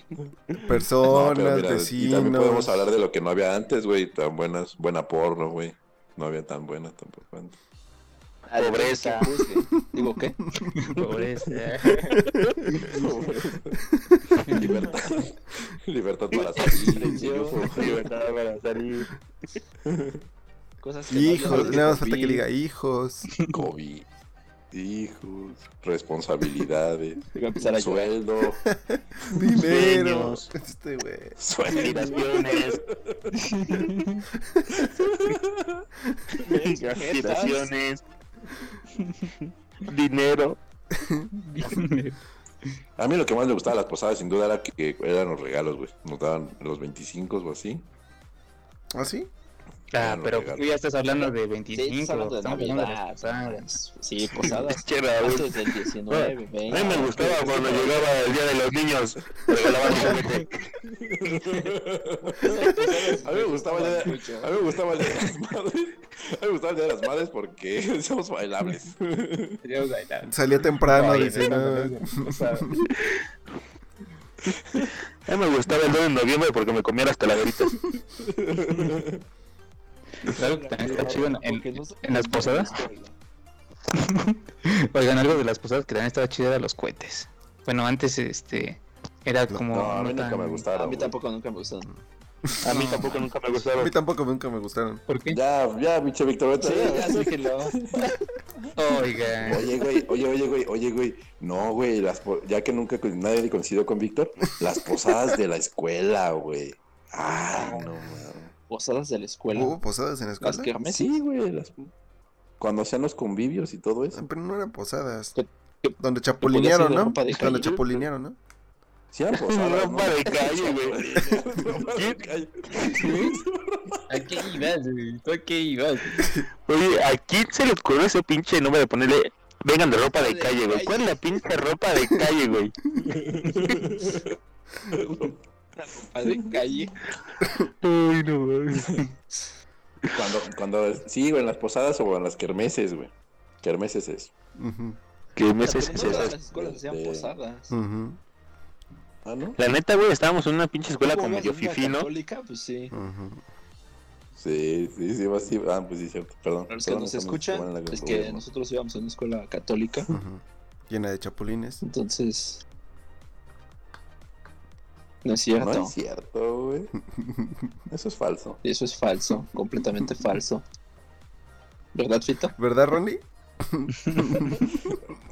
No, Personas, pero mira, y vecinos. también podemos hablar de lo que no había antes, güey. Tan buenas, buena porno, güey. No había tan buena tampoco antes. Pobreza. Digo, ¿qué? *laughs* Pobreza. Libertad. Libertad para salir. Libertad para salir. Cosas que no Hijos, habíamos nada más falta que vivido. diga hijos. COVID. Hijos. Responsabilidades. Iba *laughs* a empezar a llorar. Sueldo. Dinero. Sueños. Este güey. Sueldo. *laughs* Aspiraciones. Aspiraciones. Dinero. Ah, A mí lo que más me gustaba de las posadas, sin duda, era que eran los regalos, güey. Nos daban los 25 o así. ¿Ah, sí? Ah, pero tú ya estás hablando de Sí, estás 25. hablando de estamos hablando de las Navidad. pasadas. posadas. Sí, posadas. Che, Raúl. Antes del 19, A 20. mí me gustaba cuando llegaba el día de los niños. Regalaban *laughs* juguete. A mí me gustaba el día de, a mí me gustaba el día de las madres. A mí me gustaba el día de las madres porque *laughs* somos bailables. Queríamos bailar. Salía temprano, Oye, dice, no, Ah, no. *laughs* no, no, no. A mí me gustaba el 2 de noviembre porque me comía las calaveritas. Algo que también está chido en, en- Porque no sé- en las posadas. Oigan, algo de las posadas que también estaba chido era los cohetes. Bueno, antes este era como. No, a mí nunca tan- me gustaron. A mí güey. tampoco nunca me gustaron. A mí No, tampoco nunca me A gustaron. mí tampoco nunca me gustaron. ¿Por qué? Ya, ya, bicho Víctor, vete. Sí, ya déjenlo. *laughs* Oigan. Oye, güey, oye, oye, güey, oye, güey. No, güey, las po- ya que nunca con- nadie coincidió con Víctor, las posadas de la escuela, güey. Ah, no, mames. Posadas de la escuela. ¿Hubo posadas en la escuela? Las que Hermes. Sí, güey, las... cuando hacían los convivios y todo eso. Pero no eran posadas. Que- que- Donde podías ir chapulinearon, de ¿no? ropa de Donde calle. chapulinearon, ¿no? Sí, eran posadas, ¿no? Ropa de *laughs* calle, güey. Ropa de calle. ¿A *laughs* qué ibas? güey? ¿Tú a qué ibas? Oye, ¿a quién se le ocurrió ese pinche nombre de ponerle Vengan de ropa de calle, güey. ¿Cuál es la pinche ropa de calle, güey? Ah, de calle. Ay, no mames. Cuando, cuando, sí, güey, en las posadas o en las kermeses, güey. Kermeses es. Ujú, ¿Qué meses Pero es no todas esa? las escuelas hacían Este, posadas. ujú, Ah, ¿no? La neta, güey, estábamos en una pinche escuela ¿Hubo como una- medio una fifi, ¿no? católica? Pues sí. ujú. Sí, sí, sí, va así. Ah, pues sí, cierto. Perdón. Para los que perdón, nos esa música, escuchan, bueno, la es voy a que llamar. nosotros íbamos a una escuela *laughs* católica. Ujú. Llena de chapulines. Entonces. No es cierto. No es cierto, *laughs* güey. Eso es falso. Eso es falso. Completamente falso. ¿Verdad, Fito? ¿Verdad, Ronnie?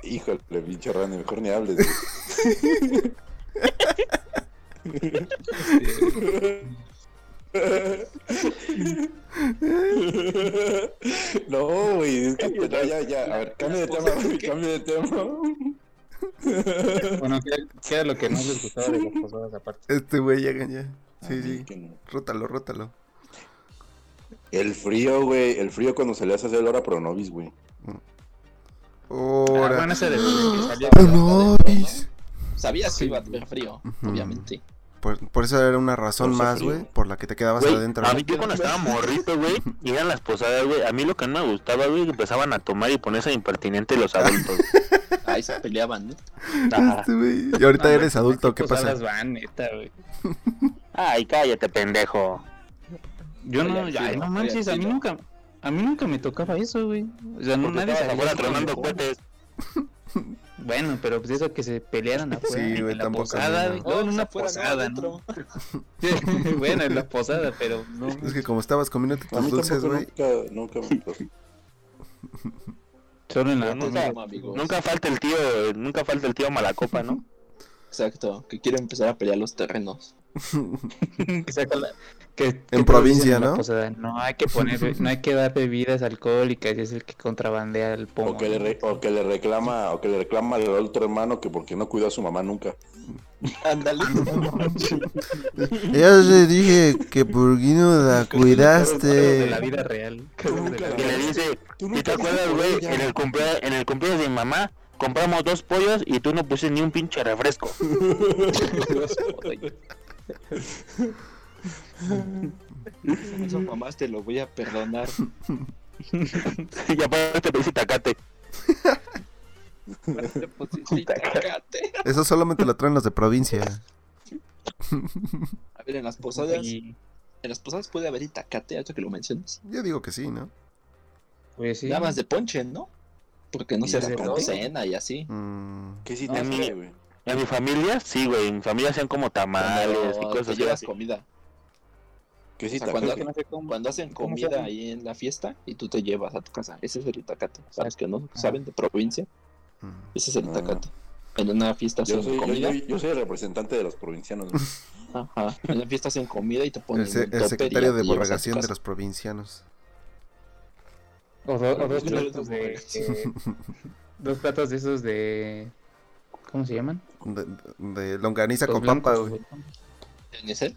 Híjole, pinche Randy, mejor ni hables. güey. *laughs* No, güey, es que no, ya, ya, a ver, cambio de tema, güey, cambio de tema. Bueno, ¿qué, qué era lo que más les gustaba de las posadas aparte? Este güey ya ya. Sí, A mí sí. que no. Rótalo, rótalo. El frío, güey, el frío cuando se le hace hacer hora pronovis, güey. Ah, Ahora. bueno, ese de los que salía. ¡Pronovis! Sabías que iba a haber frío, Ujú. obviamente. Por, por eso era una razón Por eso más, frío. güey, por la que te quedabas Güey, adentro. *laughs* a mí yo cuando estaba morrito, güey, iban las posadas, güey. A mí lo que no me gustaba, güey, que empezaban a tomar y ponerse impertinente los adultos. Ahí se peleaban, ¿no? Ajá. Este güey. Y ahorita No, eres adulto, ¿qué Posadas pasa? van, neta, güey. Ay, cállate, pendejo. Yo no, Oye, ay, sí, no no, manches, oye, a sí, mí no. nunca, a mí nunca me tocaba eso, güey. O sea, no, Porque nadie estabas salía afuera con tronando mejor. cohetes. Bueno, pero pues eso que se pelearan afuera Sí, en güey, la tampoco a posada, mí, güey. no. Luego en una Afuera, no, posada, ¿no? *laughs* adentro. Sí, bueno, en la posada, pero no. Es que como estabas comiendo A tus mí dulces, tampoco güey. nunca, nunca pues, me *laughs* gustó. Solo en la Pero posada. nunca, no, amigos. nunca falta el tío, nunca falta el tío *laughs* Malacopa, ¿no? Exacto, que quiere empezar a pelear los terrenos. *laughs* que saca la- que- que En te provincia, dicen en la ¿no? posada, no hay que poner, no hay que dar bebidas alcohólicas, es el que contrabandea el pomo. O que, le re- o que le reclama, o que le reclama al otro hermano que porque no cuidó a su mamá nunca. Ándale. Ya le dije que por qué no la Casos de cuidaste. la vida real. casos de la Y le vida- dice, ¿y te acuerdas, güey? En el cumplea- en el cumpleaños de mi mamá compramos dos pollos y tú no pusiste ni un pinche *laughs* refresco. Eso mamás te lo voy a perdonar. y aparte te pediste tacate. Te pusiste y pues, tacate. Eso solamente lo traen los de provincia. A ver, en las posadas, Y, en las posadas puede haber itacate, ahorita que lo mencionas. Yo digo que sí, ¿no? pues sí. Nada más de ponche, ¿no? Porque no Y se de regaló ponche. cena y así. Mm, ¿Qué sí No, te sí. hace, güey? Y a mi familia, sí, güey, en mi familia hacían como tamales y Cuando cosas te así. llevas comida. ¿Qué O sí sea, te cuando, hace? cuando hacen cómo se comida hace? ahí en la fiesta y tú te llevas a tu casa. Ese es el itacate. Para Ah. los que no saben de provincia, mm. ese es el Ah. itacate. En una fiesta Yo hacen soy, yo, comida. yo- yo soy el representante de los provincianos. *laughs* güey. Ajá. En la fiesta hacen comida y te ponen El, se- un el topper y secretario ya de te llevas a tu borregación de casa. los provincianos. O, do- o dos Yo no platos de. eh, dos platos de esos de. ¿Cómo se llaman? De, de longaniza Los con papa, blancos, güey. ¿En ese?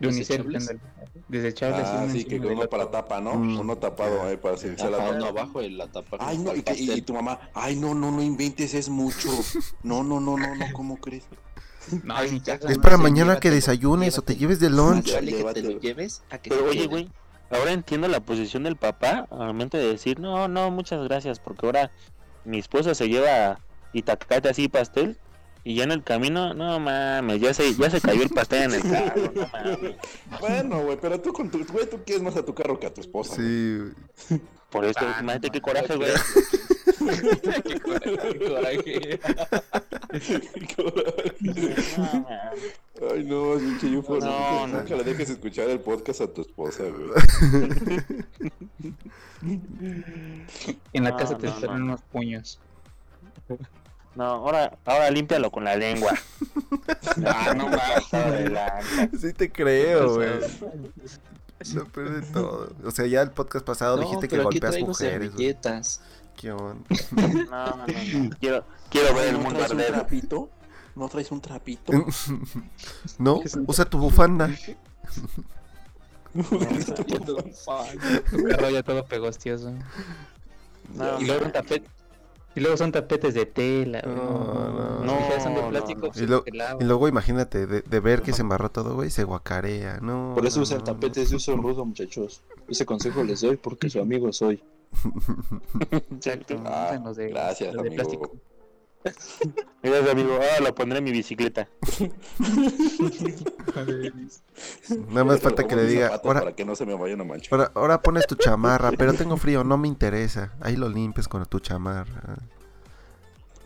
De unicel, Desechables. ándale. Desechables. Ah, uno sí, que encima del uno otro. para tapa, ¿no? Mm. Uno tapado, ahí para si se Ajá, la uno tapa. Ah, abajo y la tapa. Ay, no, y, que- y- y tu mamá, ay, no, no, no inventes, es mucho. *laughs* No, no, no, no, no, ¿cómo crees? No, en mi casa. Es para sí, mañana que llévatelo, desayunes o te llévatelo. lleves de lunch. Vale que te Llévatelo. lo lleves a que Pero se oye, quede. güey, ahora entiendo la posición del papá al momento de decir, no, no, muchas gracias, porque ahora mi esposa se lleva itacate así pastel y ya en el camino, no mames, ya se, ya se cayó el pastel en el carro, no mames. Bueno, güey, pero tú con tu, güey, tú quieres más a tu carro que a tu esposa. güey. Sí, güey. Por eso, Ah, no imagínate qué mames. coraje, güey. Qué coraje, qué coraje. *laughs* *laughs* *laughs* No mames. Ay, no, es mucho yo por No, no. Nunca le dejes escuchar el podcast a tu esposa, *laughs* güey. En la No, casa te no, esperan no. unos puños. No, ahora, ahora límpialo con la lengua. Ah, no mames. Sí te Pues, creo, güey. Lo peor de todo. O sea, ya el podcast pasado No, dijiste que pero aquí golpeas traigo mujeres. güey. *laughs* servilletas. ¿Qué *laughs* onda? No, no, no. Quiero, quiero ver el ¿No mundo traes un arder. trapito? ¿No traes un trapito? No, usa tu bufanda. Tu carro ya todo pegostioso. No, Y luego un tapete. Y luego son tapetes de tela, güey. No, no. Ni siquiera son de no, plástico, no. se Y, lo- lavan. y luego imagínate de, de ver que se embarró todo, güey, se guacarea, no. Por eso no, usan no, tapetes *laughs* de uso rudo, muchachos. Ese consejo les doy porque su amigo soy. Exacto. Ah, usan los de- gracias, los de amigo. plástico. *laughs* Mira, ese amigo, ah, lo pondré en mi bicicleta. no. Nada *laughs* más falta que le diga, ahora, Para que no se me vayan a manchar. ahora, ahora pones tu chamarra, pero tengo frío, no me interesa. Ahí lo limpias con tu chamarra.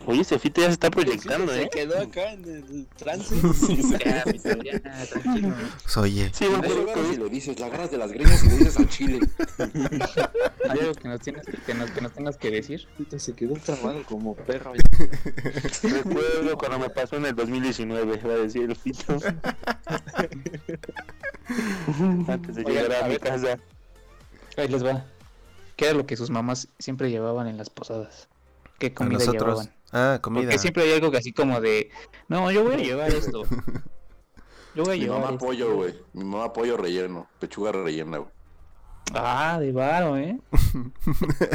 Oye, ese fito ya se está proyectando, ¿eh? quedó acá en el trance. *laughs* Ya, mi teoría, tranquilo. Pues, oye, Sí, No llegaron y le dices las ganas de las greñas y le dices al chile. ¿Hay algo que nos, tienes, que, nos, que nos tengas que decir? Se quedó trabado como perro. recuerdo cuando me pasó en el 2019, va a decir el *laughs* fito. Antes de Oigan, llegar a, a mi ver. casa. Ahí les va. ¿Qué era lo que sus mamás siempre llevaban en las posadas? ¿Qué a comida nosotros. llevaban? Ah, Porque comida. siempre hay algo que así como de, no, yo voy a llevar *laughs* esto. Yo voy a Mi llevar mamá esto". pollo, güey. Mi mamá pollo relleno. Pechuga *laughs* rellena, güey. Ah, de varo, ¿eh?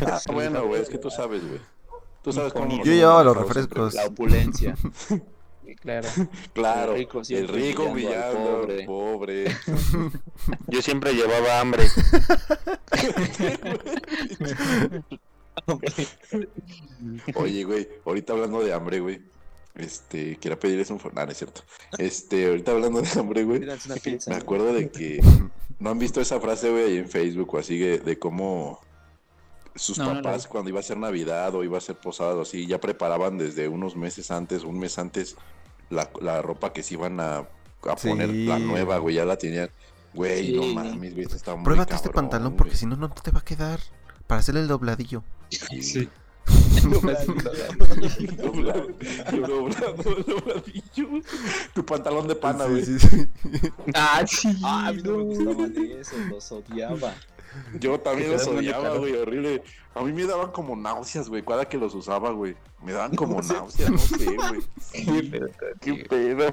Ah, bueno, güey. Es que tú sabes, güey. Tú sabes cómo. nos Yo llevaba llamamos los nosotros, refrescos. La opulencia. Sí, *laughs* Claro. pero- Claro. El rico El siempre rico humillando al humillando pobre. al pobre. Yo siempre llevaba hambre. *laughs* Oye, güey. Ahorita hablando de hambre, güey. Este, quería pedirles un favor. Nah, no es cierto. Este, ahorita hablando de hambre, güey. Pídanse una pizza. Me acuerdo de que no han visto esa frase, güey, ahí en Facebook o así de, de cómo sus No, no la papás vi. cuando iba a ser Navidad o iba a ser posada o así, ya preparaban desde unos meses antes, un mes antes, la, la ropa que se iban a, a Sí. poner, la nueva, güey, ya la tenían. Güey, no Sí. mames, güey, esto está muy Pruébate este cabrón, pantalón güey. porque si no, no te va a quedar para hacer el dobladillo. Sí. *laughs* Doblado, doblado, dobladillo. Tu pantalón de pana, güey. Sí, sí, sí. Ah, sí. Ah, a mí no me gustaban eso, los *laughs* odiaba. Yo también Que te los dan ganas de odiaba, cagar. güey, horrible. A mí me daban como náuseas, güey, cada que los usaba, güey. Me daban como náuseas, no sé, güey. Qué pedo.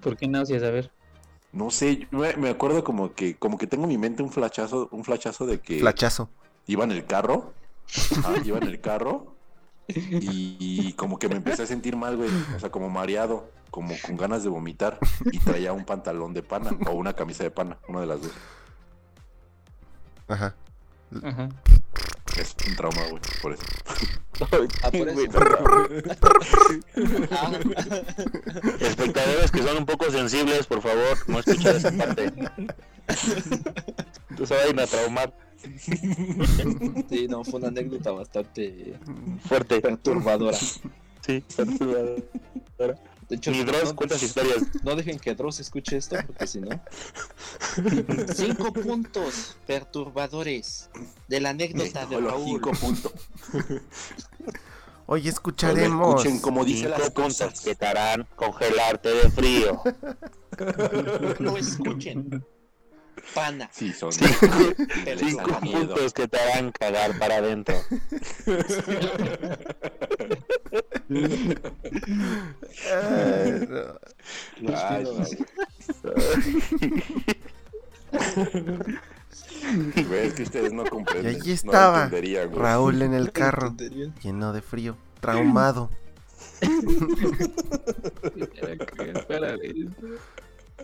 ¿Por qué náuseas? A ver. No sé, yo me, me acuerdo como que como que tengo en mi mente un flachazo, un flachazo de que Flachazo. iba en el carro. Ajá, iba en el carro y, y como que me empecé a sentir mal, güey, o sea, como mareado, como con ganas de vomitar y traía un pantalón de pana o una camisa de pana, una de las dos. Ajá. Ajá. Es un trauma, güey, por eso. Ah, por eso. Espectadores que son un poco sensibles, por favor, no escuchen esa parte. Tú se vayan a traumar Sí, no, fue una anécdota bastante fuerte. perturbadora. Sí, De hecho, Ni Dross no, cuenta sus historias. no dejen que Dross escuche esto porque si no. Cinco puntos perturbadores de la anécdota de Los Raúl. cinco puntos. Hoy Escuchen escucharemos. como dice las Cinco puntos cosas. que te harán congelarte de frío. No *laughs* escuchen. Pana. Sí, son. te les Cinco hará miedo. puntos que te harán cagar para adentro. Ay, no. Ay, no, güey. Güey, es que ustedes no Y comprenden. allí no estaba entenderían, güey. Raúl en el carro, lleno de frío, traumado.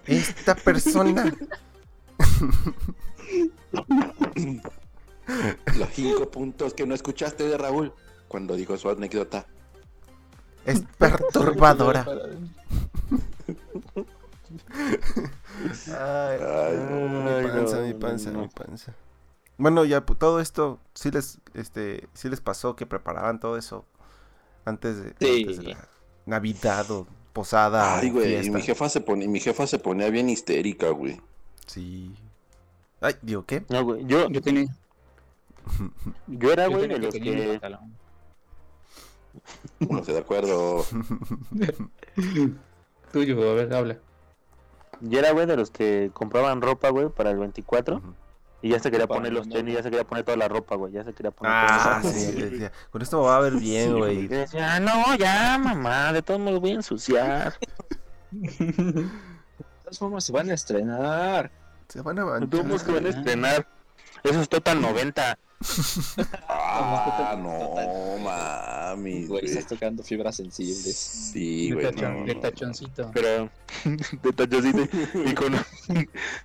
Esta persona. Los cinco puntos que no escuchaste de Raúl cuando dijo su anécdota. Es perturbadora. Ay, Ay, no, mi no, panza, no, mi no, panza, no. mi panza. Bueno, ya pu- todo esto sí les, este, sí les pasó que preparaban todo eso antes de, Sí. antes de la Navidad o posada. Ay, o güey. Y fiesta. mi jefa se ponía, mi jefa se ponía bien histérica, güey. Sí. Ay, digo, ¿qué? No, güey. Yo, Yo tenía. yo era, Ah, Yo güey, tenía de los tenía un que. pantalón. No estoy *laughs* de acuerdo. Tuyo, a ver, habla. Yo era, güey, de los que compraban ropa, güey, para el 24. Ujú. Y ya se quería Para poner los no, tenis, no. ya se quería poner toda la ropa, güey. Ya se quería poner Ah, toda la ropa. sí, decía, Con esto me va a ver bien, Y güey. yo decía, "Ah, no, ya, mamá, de todos modos voy a ensuciar. De todas formas, se van a estrenar. Se van a Tuvimos manchar. que van a estrenar. Eso es Total 90. Ah, Total, no, total. Güey, mami. güey. estás tocando fibras sensibles. Sí, de, güey. tachon- no, de no. tachoncito. Pero de tachocito y con,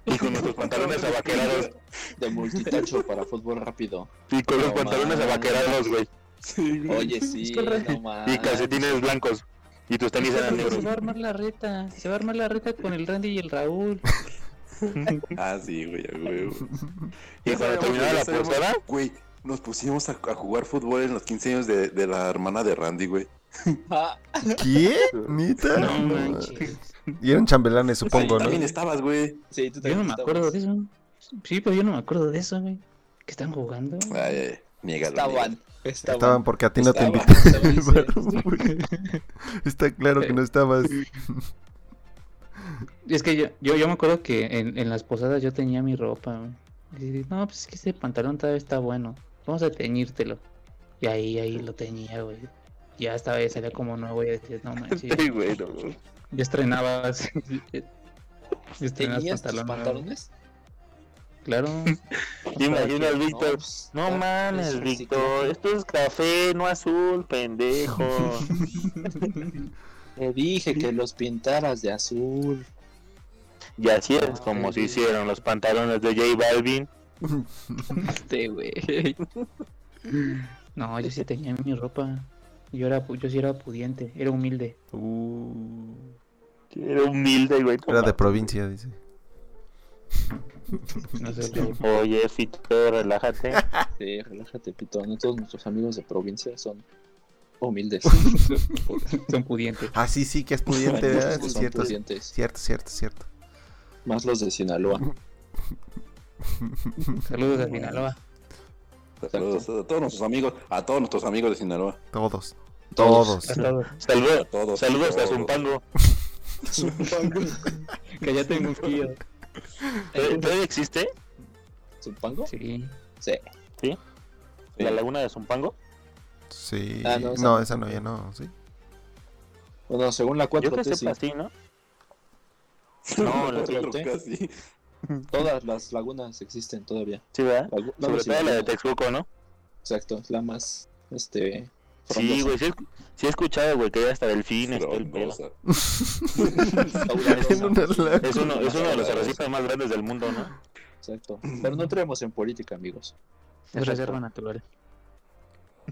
y con nuestros pantalones abaquerados. *laughs* De multitacho para fútbol rápido. Y con los No pantalones mames. abaquerados, güey. Sí, güey. Oye, *laughs* Ah, sí, no Y mames. calcetines blancos. Y tus tenis eran Se va a negros. armar la reta. Se va a armar la reta con el Randy y el Raúl. Ah, sí, güey, a huevo. Y Ya cuando sabíamos, terminaba ya la sabíamos. posada, Güey, nos pusimos a, a jugar fútbol en los 15 años de, de la hermana de Randy, güey. Ah, ¿Qué? ¿Nita? *laughs* No No, manches. y eran chambelanes, supongo, También ¿no? estabas, güey. sí, tú Yo no también me estabas. acuerdo de eso. Sí, pero yo no me acuerdo de eso, güey. Que están jugando. Ay, ay, niégalo, niégalo. Estaban. Estaban. Estaban porque a ti no te Estaban, invitaron estaban, al *laughs* sí. bar, güey. *laughs* Está claro que no estabas. Es que yo, yo, yo me acuerdo que en, en las posadas yo tenía mi ropa. güey. Y dije, no, pues es que este pantalón todavía está bueno. Vamos a teñírtelo. Y ahí, ahí lo teñía, güey. Ya estaba, ya salía como nuevo y decía, *laughs* no manches. *laughs* Sí, güey, no. Yo estrenaba. *laughs* así, yo estrenaba ¿Tenías tus pantalón nuevo. pantalones? Claro. *laughs* Imagina al No, Víctor. pues, No ah, mames, es un Víctor. Esto es café, no azul, *laughs* pendejo. Te dije que los pintaras de azul. Y así es como se hicieron los pantalones de J Balvin. Este, güey. No, yo sí tenía mi ropa. Yo, era, pu- yo sí era pudiente, era humilde. Uh, Era humilde, güey. no era de mames. provincia, dice. No sé, güey. Oye, Fito, *laughs* relájate. Sí, relájate, pito. No todos nuestros amigos de provincia son *laughs* humildes. son pudientes. Ah, sí, sí, que es pudiente, Muchos ¿verdad? Sí, son cierto, pudientes, cierto, cierto, cierto. Más los de Sinaloa. Saludos a Sinaloa. Saludos a todos nuestros amigos, a todos nuestros amigos de Sinaloa. Todos. Todos. Todos. A todos. Saludos, Todos, saludos a todos. Zumpango. *laughs* Que ya tengo un tío. ¿Tod- ¿Todavía existe ¿Supango? Sí. Sí. la laguna de Zumpango? Sí. Ah, no, no, esa- esa no, ya no, *laughs* sí. Bueno, según la Yo 4 que t sí. sepa, sí, ¿no? No, ¿eh? la otra Nosotros T. casi. Todas las lagunas existen todavía. Sí, ¿verdad? Lagu- no, Sobre no, todo la de Sinaloa. Texcoco, ¿no? Exacto, es la más, este... Sí, frondosa. güey, sí, he- sí he escuchado, güey, que hay hasta delfines, todo el pedo. Frondosa. Es Fabulosa, Una la- Es uno, es uno de los arrecifes más grandes del mundo, ¿no? Exacto. Pero no entremos en política, amigos. Es reserva natural.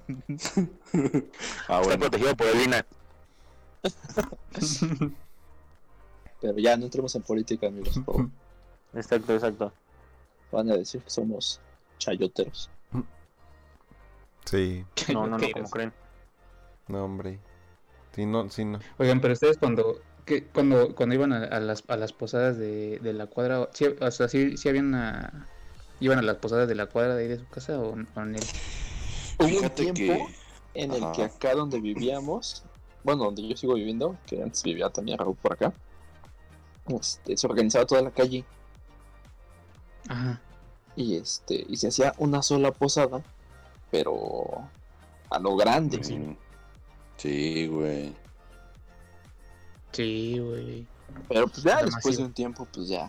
Ah, Está bueno. protegido por el INAH. Pero ya, no entremos en política, amigos. por favor. Exacto, exacto. Van a decir que somos chayoteros. Sí, No, no, no, Chayoteros. como creen. no, hombre. Sí, no, sí, no. Oigan, pero ustedes cuando que cuando cuando iban a, a las a las posadas de, de la cuadra, ¿sí, o sea, sí, sí habían a- iban a las posadas de la cuadra de ahí de su casa o, o en el Hubo un Fíjate tiempo que. en el Ajá. que acá donde vivíamos, bueno, donde yo sigo viviendo, que antes vivía también Raúl por acá, este, se organizaba toda la calle Ajá. y este y se hacía una sola posada, pero a lo grande. Mm. Sí, güey. Sí, güey. Pero pues ya Era después de masivo. un tiempo, pues ya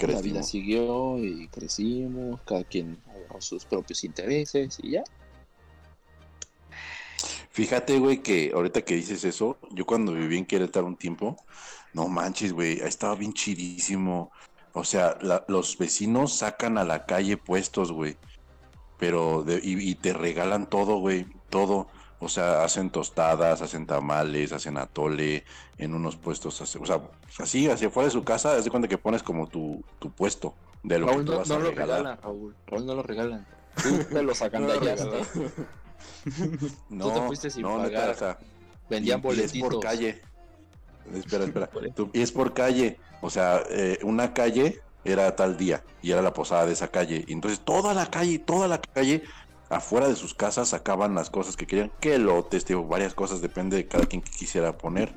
la vida Crecimos. siguió y crecimos, cada quien agarró sus propios intereses y ya. Fíjate, güey, que ahorita que dices eso, yo cuando viví en Querétaro un tiempo, no manches, güey, ahí estaba bien chidísimo. O sea, la- los vecinos sacan a la calle puestos, güey. Pero, de- y, y te regalan todo, güey, todo. O sea, hacen tostadas, hacen tamales, hacen atole, en unos puestos, hace- o sea, así, hacia afuera de su casa, haz de cuenta que pones como tu, tu puesto de lo que Raúl tú no, vas no a lo regalar. regalan, Raúl. Raúl no lo regalan. Tú te *laughs* lo sacan de allá. ¿no? No, Tú te fuiste sin no, neta, pagar. o sea, Vendían y- y es boletitos. por calle. *laughs* Espera, espera. Tú- y es por calle. O sea, eh, una calle era tal día y era la posada de esa calle. Y entonces toda la calle, toda la calle, afuera de sus casas sacaban las cosas que querían. Que lotes, digo, varias cosas, depende de cada quien que quisiera poner.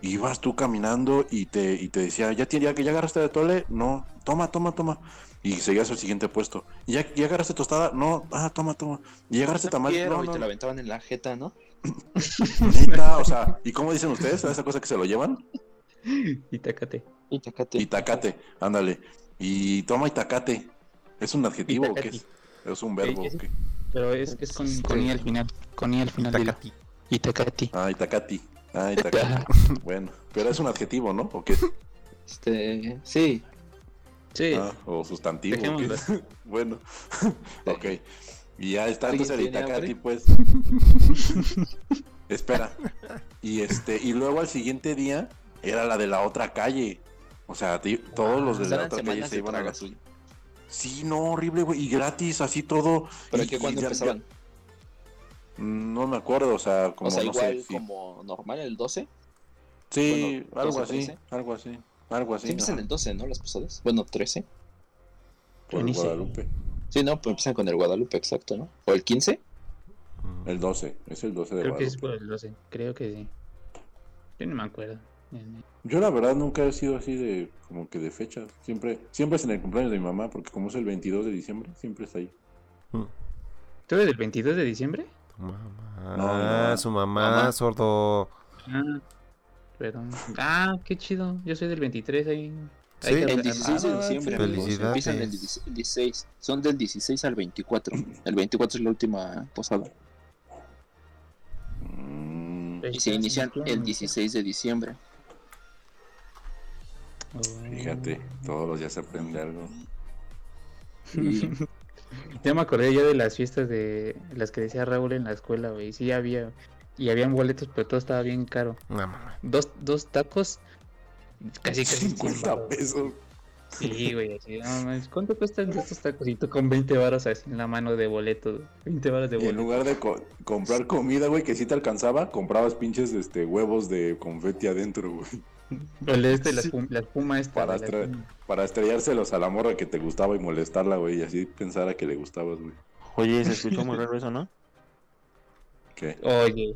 Ibas tú caminando y te, y te decía, ¿ya, tiene- ya, ya agarraste de tole? No, toma, toma, toma. Y seguías al siguiente puesto. ¿Y ya, ya agarraste tostada? No, ah, toma, toma. ¿Y ya agarraste tamal? Quiero, No, y no, te no. la aventaban en la jeta, ¿no? Neta, o sea, ¿y cómo dicen ustedes? ¿Esa cosa que se lo llevan? Y tácate. Y tacate. Itacate, ándale. Y toma itacate. ¿Es un adjetivo o qué es? ¿Es un verbo o qué? Pero es, es con, con I al final. Con I al final. dilo. Tacati. Y Tecati. Ah, Itacati. Ah, Itacati. bueno, pero es un adjetivo, ¿no? ¿O qué? Este, sí, Sí. Ah, o sustantivo. ¿o qué? Dejémoslo. *laughs* bueno, ok. Y ya está ¿Alguien entonces el tiene Itacati, hambre? pues. *laughs* Espera. Y este, y luego al siguiente día era la de la otra calle. O sea, ti- todos los de la Estaban otra calle semanas se de iban a la tragas. suya. Sí, no, horrible, güey. Y gratis, así todo. Pero Y- que y cuando ya- empezaban. ya- no me acuerdo, o sea, como o sea, no sé, igual sí. como normal el 12. Sí, bueno, algo, 12, así, 13. algo así. Algo Sí, así. empiezan ajá. el 12, ¿no? Las posadas. Bueno, 13. Por Inicio. Guadalupe. Sí, no, pues empiezan con el Guadalupe, exacto, ¿no? O el 15. Mm. El 12, es el 12 de Creo que Guadalupe. es por el 12. Creo que sí. Yo no me acuerdo. Yo la verdad nunca he sido así de como que de fecha. Siempre siempre es en el cumpleaños de mi mamá porque como es el 22 de diciembre, siempre está ahí. Mm. ¿Tú eres del 22 de diciembre? Tu Mamá, No, mi mamá. su mamá, Mamá. sordo. Ah, *laughs* perdón. Ah, qué chido. Yo soy del 23 ahí. Sí. Ahí te- El 16 de ah, diciembre, sí. amigos. Felicidades. Empiezan el 16 el 16. Son del 16 al 24. El 24 es la última posada. Mm, Y se inician el 16 de diciembre. Oh. fíjate, todos los días se aprende algo. *laughs* Ya me acordé ya de las fiestas de las que decía Raúl en la escuela, güey. Sí había y habían boletos, pero todo estaba bien caro. No, mamá. Dos, dos tacos *laughs* casi casi 50 pesos. Sí, güey, así, no mames, ¿Cuánto cuestan estos tacos? Y tú con 20 varos así en la mano de boleto, güey, 20 varos de Y en boleto. lugar de co- comprar comida, güey, que sí te alcanzaba, comprabas pinches este huevos de confeti adentro, güey, *laughs* O le este, la, espuma, la espuma esta. Para güey, la estra- espuma. para estrellárselos a la morra que te gustaba y molestarla, güey, y así pensara que le gustabas, güey. Oye, se escuchó muy raro eso, ¿no? ¿Qué? *laughs* Oye,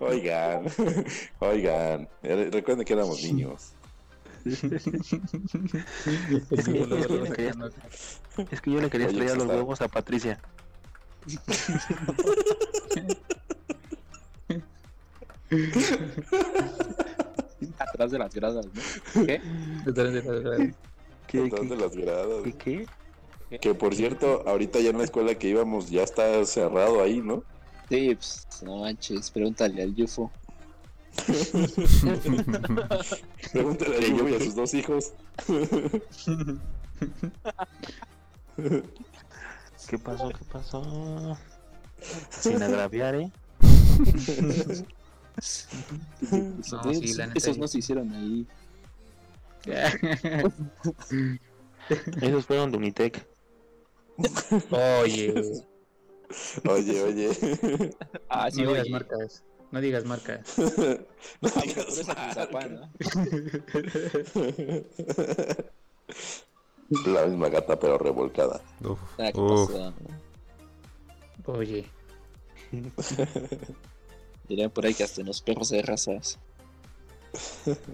oigan, *laughs* oigan, eh, recuerden que *laughs* éramos niños. el símbolo de la quería- nota. Es que yo le quería Oye, estrellar los pues, está- huevos a Patricia. Atrás de las gradas, ¿no? ¿Qué, Atrás de qué, las gradas. qué, qué? Que por cierto, ahorita ya en la escuela que íbamos ya está cerrado ahí, *laughs* ¿no? Sí, pues, no manches, pregúntale al Yufo. Pregúntale a Yugo y a sus dos hijos. ¿Qué pasó? ¿Qué pasó? Sin agraviar, ¿eh? No, Eh, sí, pues, la neta, esos sí. no se hicieron ahí. Esos fueron de Unitec. Oye, güey. *laughs* Oye, oye. Ah, no digas marcas. No digas marcas. No Ah, bueno, tú digas eres Atizapán, mal. ¿no? *laughs* La misma gata pero revolcada. Uf, Ah, ¿qué uf. pasó? Oye. Dirían por ahí que hasta en los perros de razas.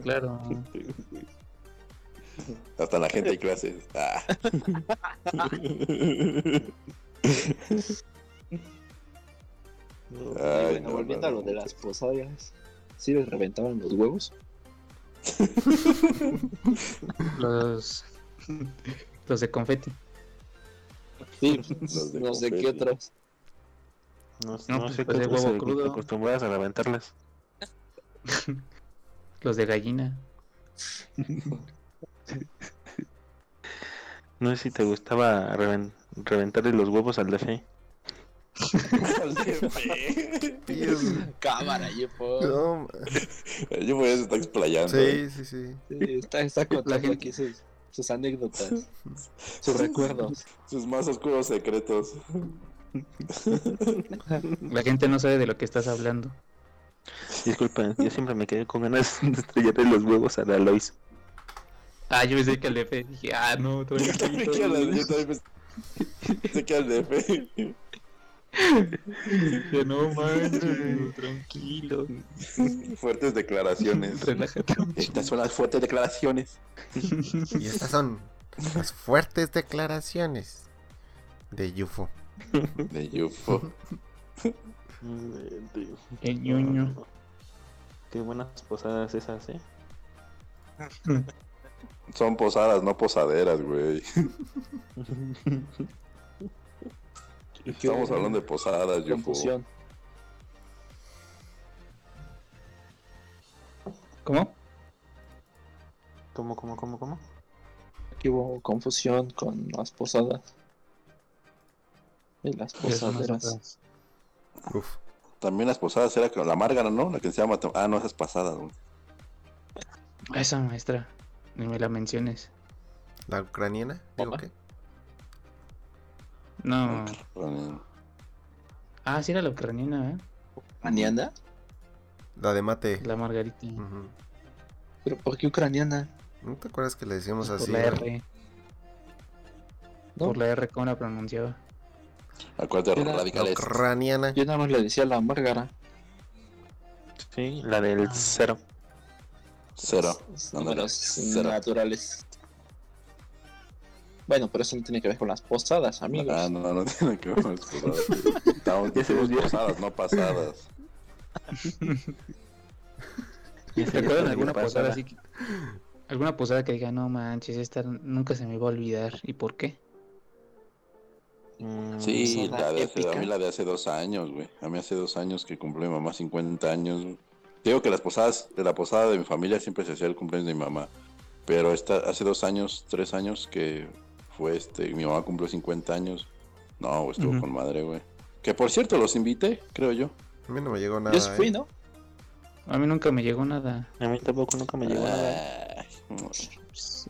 Claro. Hasta en la gente hay clases. Ah. Y Ay, bueno, no, volviendo no, a lo de no. las posadas, ¿sí les reventaban los huevos? Los. Los de confeti. *laughs* Sí, Los de no sé confeti. qué *laughs* otros. No, No, no pues, sé pues, qué de huevo huevo crudo. acostumbradas a levantarlas. Los de gallina. No sé si te gustaba reven- reventarle los huevos al DF. Dios. Cámara, Yufo. *laughs* No, ma- Yo voy a estar explayando. ¿eh? sí, sí, sí. Sí, Está, está contando gente- aquí sus, sus anécdotas, *laughs* sus recuerdos. Sus más oscuros secretos. La gente no sabe de lo que estás hablando. Disculpen, yo siempre me quedé con ganas de estrellarle los huevos a la Lois. Ah, yo pensé que el DF. Dije, ah, no, tú *laughs* Yo eres *laughs* también chiquito, quiero güey. yo también pensé que al DF. *laughs* Dije, no manches, güey, tranquilo. Fuertes declaraciones. Relájate. Estas son las fuertes declaraciones. *laughs* Y estas son las fuertes declaraciones de Yufo. De Yufo. El ñoño. Qué buenas posadas esas, ¿eh? Son posadas, no posaderas, güey. Estamos hablando de posadas, yo Confusión. ¿Cómo? ¿Cómo, cómo, cómo, cómo? Aquí hubo confusión con las posadas. Y las posaderas. Uf. También las posadas era que la Márgara, ¿no? La que se llama. Ah, no, esas pasadas, güey. Esa maestra. Ni me la menciones. ¿La ucraniana? Digo Opa. qué. No. Ah, sí era la ucraniana, ¿eh? ¿Ucraniana? La de mate. La Margarita. Ujú. ¿Pero por qué ucraniana? ¿No te acuerdas que le decíamos Por así? la no? R. ¿No? Por la R, ¿cómo la pronunciaba? Acuérdate, Era- La radicales. ucraniana. Yo nada más le decía la Márgara. Sí, la del cero. Cero. Los Ándale, números cero. naturales. Bueno, pero eso no tiene que ver con las posadas, amigos. Ah, no, *laughs* no tiene que ver con *laughs* las posadas. Estamos decimos posadas, no pasadas. *laughs* ¿Te acuerdas de alguna posada así? que- Alguna posada que diga, no manches, esta nunca se me va a olvidar. ¿Y por qué? Mm, Sí, posada la de hace, a épica. mí la de hace dos años, güey. A mí hace dos años que cumplió mi mamá 50 años. güey. Te Digo que las posadas, de la posada de mi familia siempre se hacía el cumpleaños de mi mamá. Pero esta, hace dos años, tres años que fue este, mi mamá cumplió 50 años. No, güey, estuvo Ujú. con madre, güey. Que por cierto, los invité, creo yo. A mí no me llegó nada. Yo sí fui, ¿eh? ¿no? A mí nunca me llegó nada. A mí tampoco nunca me llegó nada. Sí.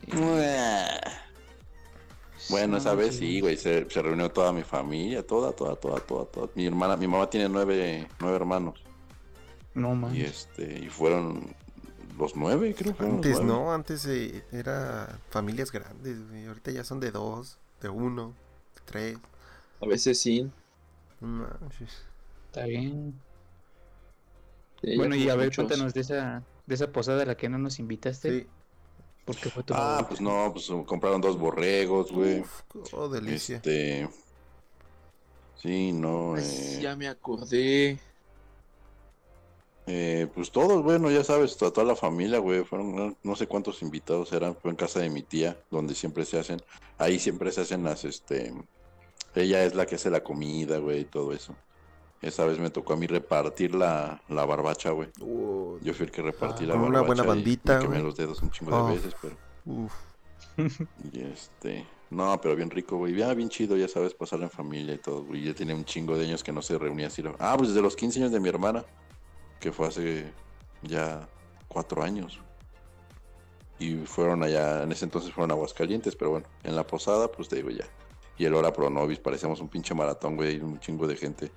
Bueno, No esa vez manches. sí, güey, se, se reunió toda mi familia, toda, toda, toda, toda, toda. Mi hermana, mi mamá tiene nueve, nueve hermanos. No Y manches. este, y fueron los nueve, creo. fueron los Antes nueve. no, antes eh, era familias grandes, güey. Ahorita ya son de dos, de uno, de tres. A veces sí. No manches. Está bien. Sí, Bueno, ya y a fui ver, muchos. cuéntanos de esa, de esa posada a la que no nos invitaste. Sí. Porque fue tu Ah, pues no, pues uh, compraron dos borregos, Pues, güey. Uf, oh, delicia. Este. Sí, no. Ay, eh, Pues ya me acordé. eh, pues todos, bueno, ya sabes, to- toda la familia, güey. Fueron no, no sé cuántos invitados eran. Fue en casa de mi tía, donde siempre se hacen. Ahí siempre se hacen las, este. Ella es la que hace la comida, güey, y todo eso. Esa vez me tocó a mí repartir la, la barbacha, güey. Oh, Yo fui el que repartí la Con barbacha. una buena y bandita, Me quemé güey. los dedos un chingo Oh. de veces, pero. uf. Y este, no, pero bien rico, güey. Ya, bien chido, ya sabes, pasarla en familia y todo, güey. Ya tenía un chingo de años que no se reunía así. la- Ah, pues desde los 15 años de mi hermana, que fue hace ya cuatro años. Y fueron allá, en ese entonces fueron a Aguascalientes, pero bueno, en la posada, pues te digo ya. Y el hora pro nobis, parecíamos un pinche maratón, güey, un chingo de gente.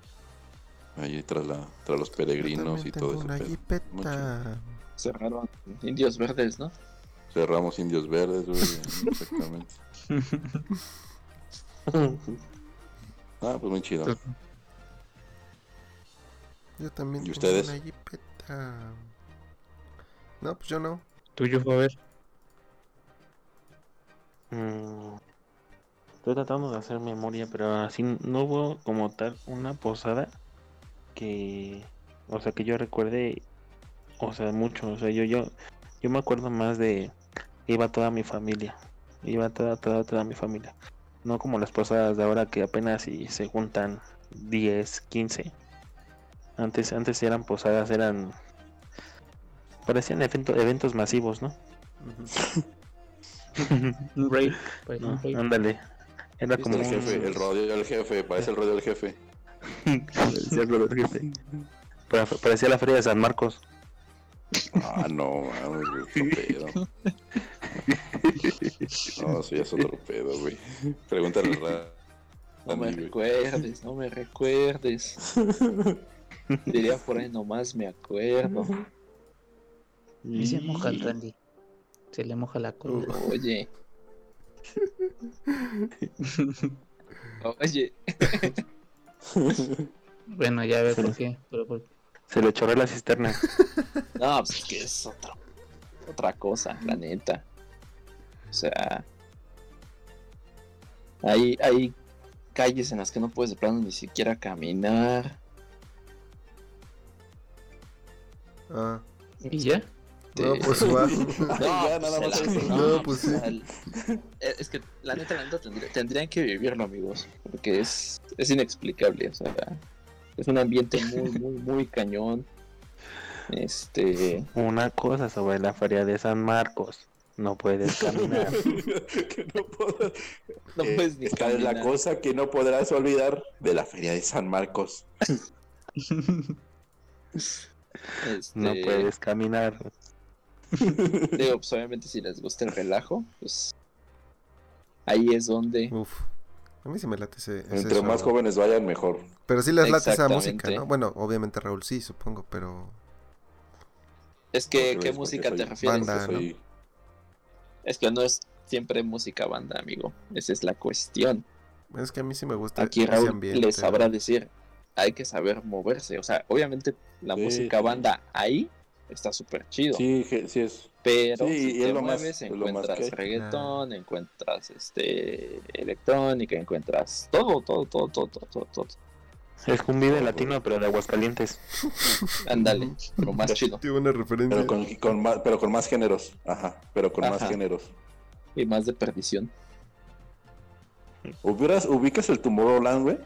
Ahí tras, la, tras los peregrinos Yo también y tengo todo eso. Una jipeta. Cerraron Indios Verdes, ¿no? Cerramos Indios Verdes, güey. Exactamente. Ah, pues muy chido. Yo también ¿Y tengo ustedes? una jipeta. No, pues yo no. tuyo, fue a ver. Mm, Estoy tratando de hacer memoria, pero así no hubo como tal una posada que, o sea, que yo recuerde, o sea, mucho, o sea, yo yo yo me acuerdo más de iba toda mi familia, iba toda toda toda mi familia. No como las posadas de ahora que apenas si se juntan 10, 15. Antes antes eran posadas, eran parecían evento- eventos masivos, ¿no? Un break, por No, ejemplo. ándale. Era Sí, como El jefe, el rodeo del jefe, parece el rodeo del jefe. Parecía el Rodolfo Jefe. Pare- Parecía la feria de San Marcos. Ah, no, mames, güey, otro pedo. No, eso ya es otro pedo, güey. Pregúntale al No me Andy, güey. recuerdes, no me *laughs* recuerdes. Diría por ahí nomás me acuerdo. Y se moja el Randy. Se le moja la cola. *laughs* Oye. Oye, Bueno, ya veo por qué. Pero por... Se le chorró la cisterna. no, pues es que es otra, otra cosa, la neta. O sea, hay, hay calles en las que no puedes de plano ni siquiera caminar. Ah, ¿Y ya? no, Te- *laughs* pues *laughs* *laughs* va. No, Ya, pues, nada se más la- eso. no, eh, No, pues, se sí. la- Es que la neta, la neta tendría- tendrían que vivirlo, amigos. Porque es, es inexplicable. O sea, es un ambiente muy, muy, muy cañón. *laughs* Este. Una cosa sobre la feria de San Marcos. No *laughs* puedes caminar. *laughs* que no puedo- No Eh, puedes ni esta es la caminar. cosa que no podrás olvidar de la feria de San Marcos. *laughs* este, No puedes caminar. digo, pues, obviamente, si les gusta el relajo, pues. Ahí es donde. Uf. A mí sí me late ese. ese Entre más show. jóvenes vayan, mejor. Pero sí les late esa música, Exactamente. ¿no? Bueno, obviamente Raúl sí, supongo, pero. Es que, Porque ¿qué es- música porque te soy refieres? banda. Yo soy- Es que no es siempre música banda, amigo. Esa es la cuestión. Es que a mí sí me gusta Aquí ese Raúl ambiente. les sabrá decir, hay que saber moverse. O sea, obviamente la Sí, música sí. banda ahí está súper chido. Sí, je- sí es. Pero Sí, si y es te lo más- mueves, es lo más encuentras que hay. reggaetón, encuentras este electrónica, encuentras todo, todo, todo, todo, todo, todo, todo. Es un vive latino, pero de Aguascalientes. Ándale, lo *laughs* más chido. Tiene una referencia. Pero con, con más, pero con más géneros. Ajá, pero con más Ajá. géneros. Y más de perdición. ¿Ubieras, ¿Ubicas el Tomorrowland, güey?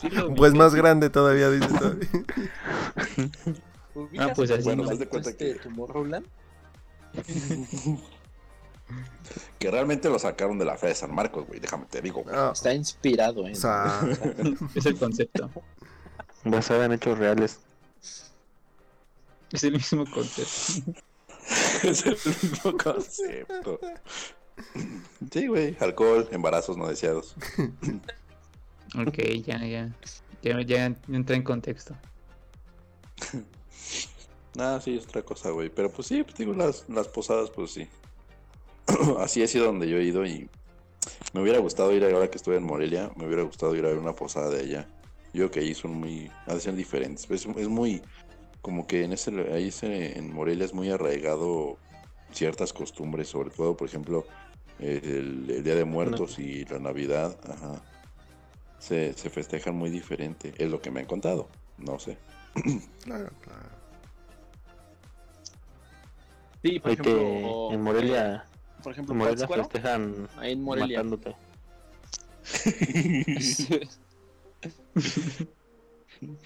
Sí lo vi. Mm. Pues más grande todavía, dice. *laughs* todavía. ¿Ubicas pues así el no. Haz de cuenta este que- Tomorrowland? Que realmente lo sacaron de la fe de San Marcos, güey. Déjame te digo. güey. Ah, Está inspirado en... o *laughs* sea, Es el concepto. Basada en hechos reales. Es el mismo concepto. *laughs* es el mismo concepto. Sí, güey. Alcohol, embarazos no deseados. Ok, ya, ya. Ya, ya entré *laughs* en contexto. Nada, Ah, sí, es otra cosa, güey. Pero pues sí, pues, digo, las, las posadas, pues sí. *clears throat* Así ha sido donde yo he ido y me hubiera gustado ir ahora que estuve en Morelia, me hubiera gustado ir a ver una posada de allá. Yo creo que ahí son muy, ha de ser diferentes. Es, es muy, como que en ese, ahí se- en Morelia es muy arraigado ciertas costumbres, sobre todo, por ejemplo, el, el Día de Muertos y la Navidad, ajá. Se, se festejan muy diferente, es lo que me han contado, no sé. claro, claro. Sí, por Oye, que ejemplo... eh, en Morelia, Por ejemplo, en Morelia Pátzcuaro, festejan ahí en Morelia. matándote. *laughs*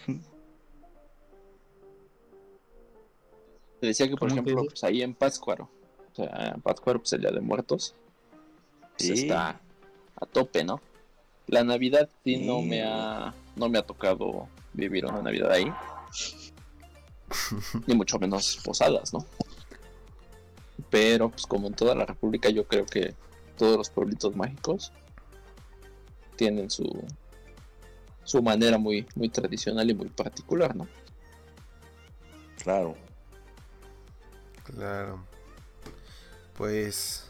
Te decía que, por ¿Cómo que ejemplo, dices? pues ahí en Pátzcuaro, o sea, en Pátzcuaro, pues el Día de Muertos, pues Sí. está a tope, ¿no? La Navidad sí, no Sí. me ha no me ha tocado vivir una Navidad *laughs* ahí. Ni mucho menos posadas, ¿no? Pero, pues como en toda la República, yo creo que todos los pueblitos mágicos tienen su su manera muy muy tradicional y muy particular, ¿no? Claro. Claro. Pues.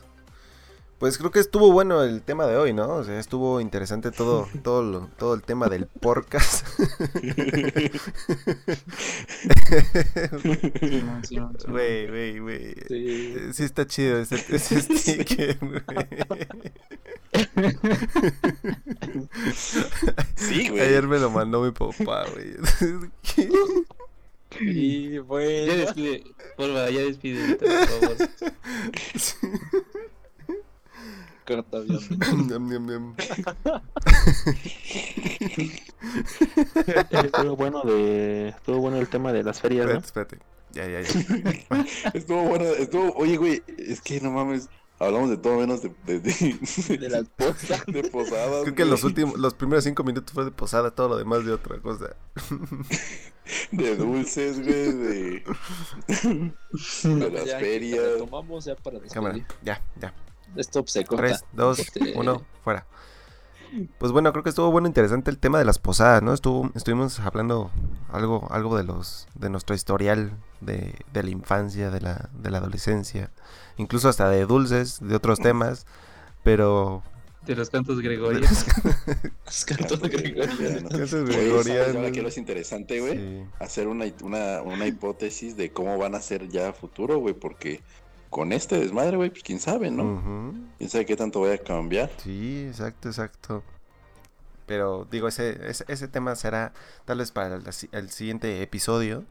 Pues creo que estuvo bueno el tema de hoy, ¿no? O sea, estuvo interesante todo, *laughs* todo, lo- todo el tema del podcast. *laughs* Simón, Simón, Simón. Güey, güey, güey. Sí. Eh, Sí está chido ese, ese sticker, güey. Sí, Ayer me lo mandó mi papá, güey. ¿Qué? Y Ya bueno, despide. Porfa, ya despide, por favor. corta bien. Ñam, ñam, ñam. estuvo bueno de, estuvo bueno el tema de las ferias, Espérate, ¿no? espérate. Ya, ya, ya. Estuvo bueno, estuvo, oye, güey, es que no mames, hablamos de todo menos de, de, de- *laughs* *laughs* de las postas. de posadas. Creo que güey, los últimos, los primeros cinco minutos fue de posada, todo lo demás de otra cosa. De dulces, güey, de, *laughs* de las ferias. Tomamos ya para despedir. Cámara, ya, ya. Esto pues, se corta. 3, 2, Este, *laughs* 1, fuera. Pues bueno, creo que estuvo bueno interesante el tema de las posadas, ¿no? Estuvo, estuvimos hablando algo, algo de los, de nuestro historial de, de la infancia, de la, de la adolescencia, incluso hasta de dulces, de Mm. otros temas, pero De los cantos gregorianos. Los cantos de *laughs* Gregorio. Gregoriano. Cantos Oye, gregorianos. ¿sabes ahora que lo es interesante, güey? sí, Hacer una, una, una hipótesis de cómo van a ser ya a futuro, güey, porque con este desmadre, güey, pues quién sabe, ¿no? ujú. Quién sabe qué tanto vaya a cambiar. Sí, exacto, exacto. Pero digo, ese, ese, ese tema será tal vez para el, el siguiente episodio.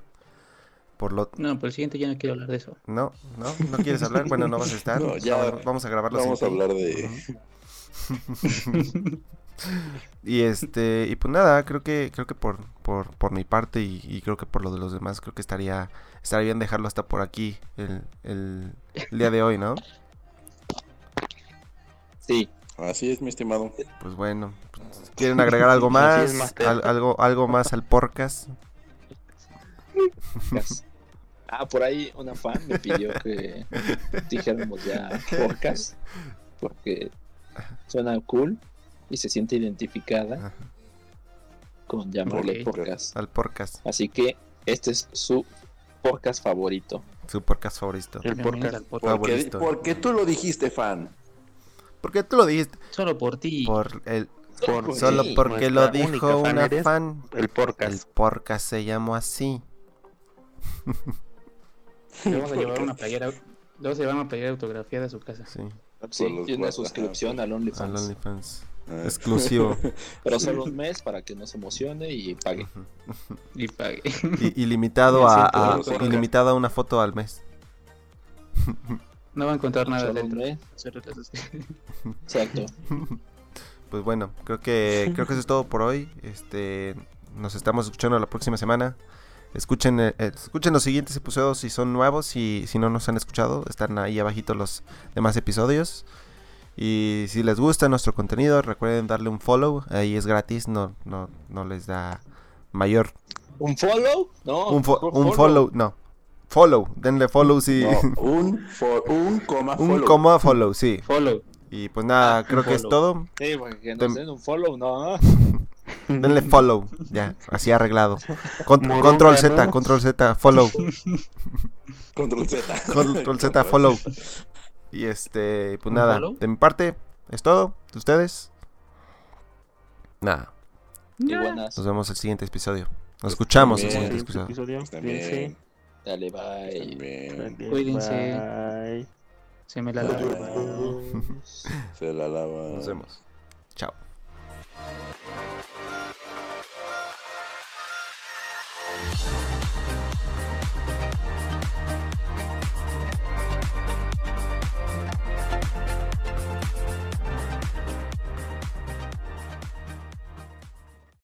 Por lo, No, por el siguiente ya no quiero hablar de *laughs* eso. No, no, no quieres hablar. Bueno, no vas a estar. No, pues ya. ahora vamos a grabarlo. Vamos a sin ti. hablar de. Y este, y pues nada, creo que, creo que por, por, por mi parte y, y creo que por lo de los demás, creo que estaría, estaría bien dejarlo hasta por aquí el, el- el día de hoy, ¿no? Sí, Así es, mi estimado. Pues bueno, pues, ¿quieren agregar algo *laughs* Así es, más? Master. Al- algo, algo más al podcast. podcast. ah, por ahí una fan me pidió que dijéramos ya podcast porque suena cool y se siente identificada Ajá, con llamarle Ok. podcast. Al podcast, Así que este es su podcast favorito. su podcast favorito. El podcast. Bienvenidos al podcast. Por- Porque, Favorito. porque tú lo dijiste, fan. Porque tú lo dijiste Solo por ti. por el, Por- solo Sí, porque lo pues nuestra única dijo fan una eres. fan. El El podcast. podcast se llamó así. Le vamos a llevar una playera. Le vamos a llevar una playera autografiada a su casa. Sí, Sí, Por los tiene una WhatsApp. suscripción al al OnlyFans. OnlyFans. Ah. *laughs* Exclusivo. Pero solo un mes para que no se emocione y pague. Ujú. Y pague. Y, y limitado a, Siento a- dolor. y limitado a una foto al mes. *laughs* No va a encontrar nada Solo un dentro. mes. Cierra las dos. Exacto. Pues bueno, creo que creo que eso es todo por hoy. Este, nos estamos escuchando la próxima semana. Escuchen, eh, eh, escuchen los siguientes episodios si son nuevos, si, si no nos han escuchado, están ahí abajito los demás episodios. Y si les gusta nuestro contenido, recuerden darle un follow, ahí es gratis, no, no, no les da mayor ¿Un Oh, follow? No. un, fo- un follow, no. Follow, denle follow si No, un, fo- un coma *laughs* un follow. coma follow, sí. Follow. Y pues nada, creo que es Ah, follow. todo. Sí, para que nos Tem- den un follow, no. Denle follow, ya, así arreglado. Con- Morón control Z, perro. control Z, follow. *laughs* Control Z. Control Z, follow. Y este, pues ¿Un nada, follow? de mi parte, es todo. ¿De ustedes? Nada, Y buenas. nos vemos el siguiente episodio. Nos escuchamos el bien. siguiente Siguiente episodio. episodio. Pues También. Cuídense. Dale, bye. También. Cuídense. Bye. Se me la lava. Se la lava. Nos vemos. Chao.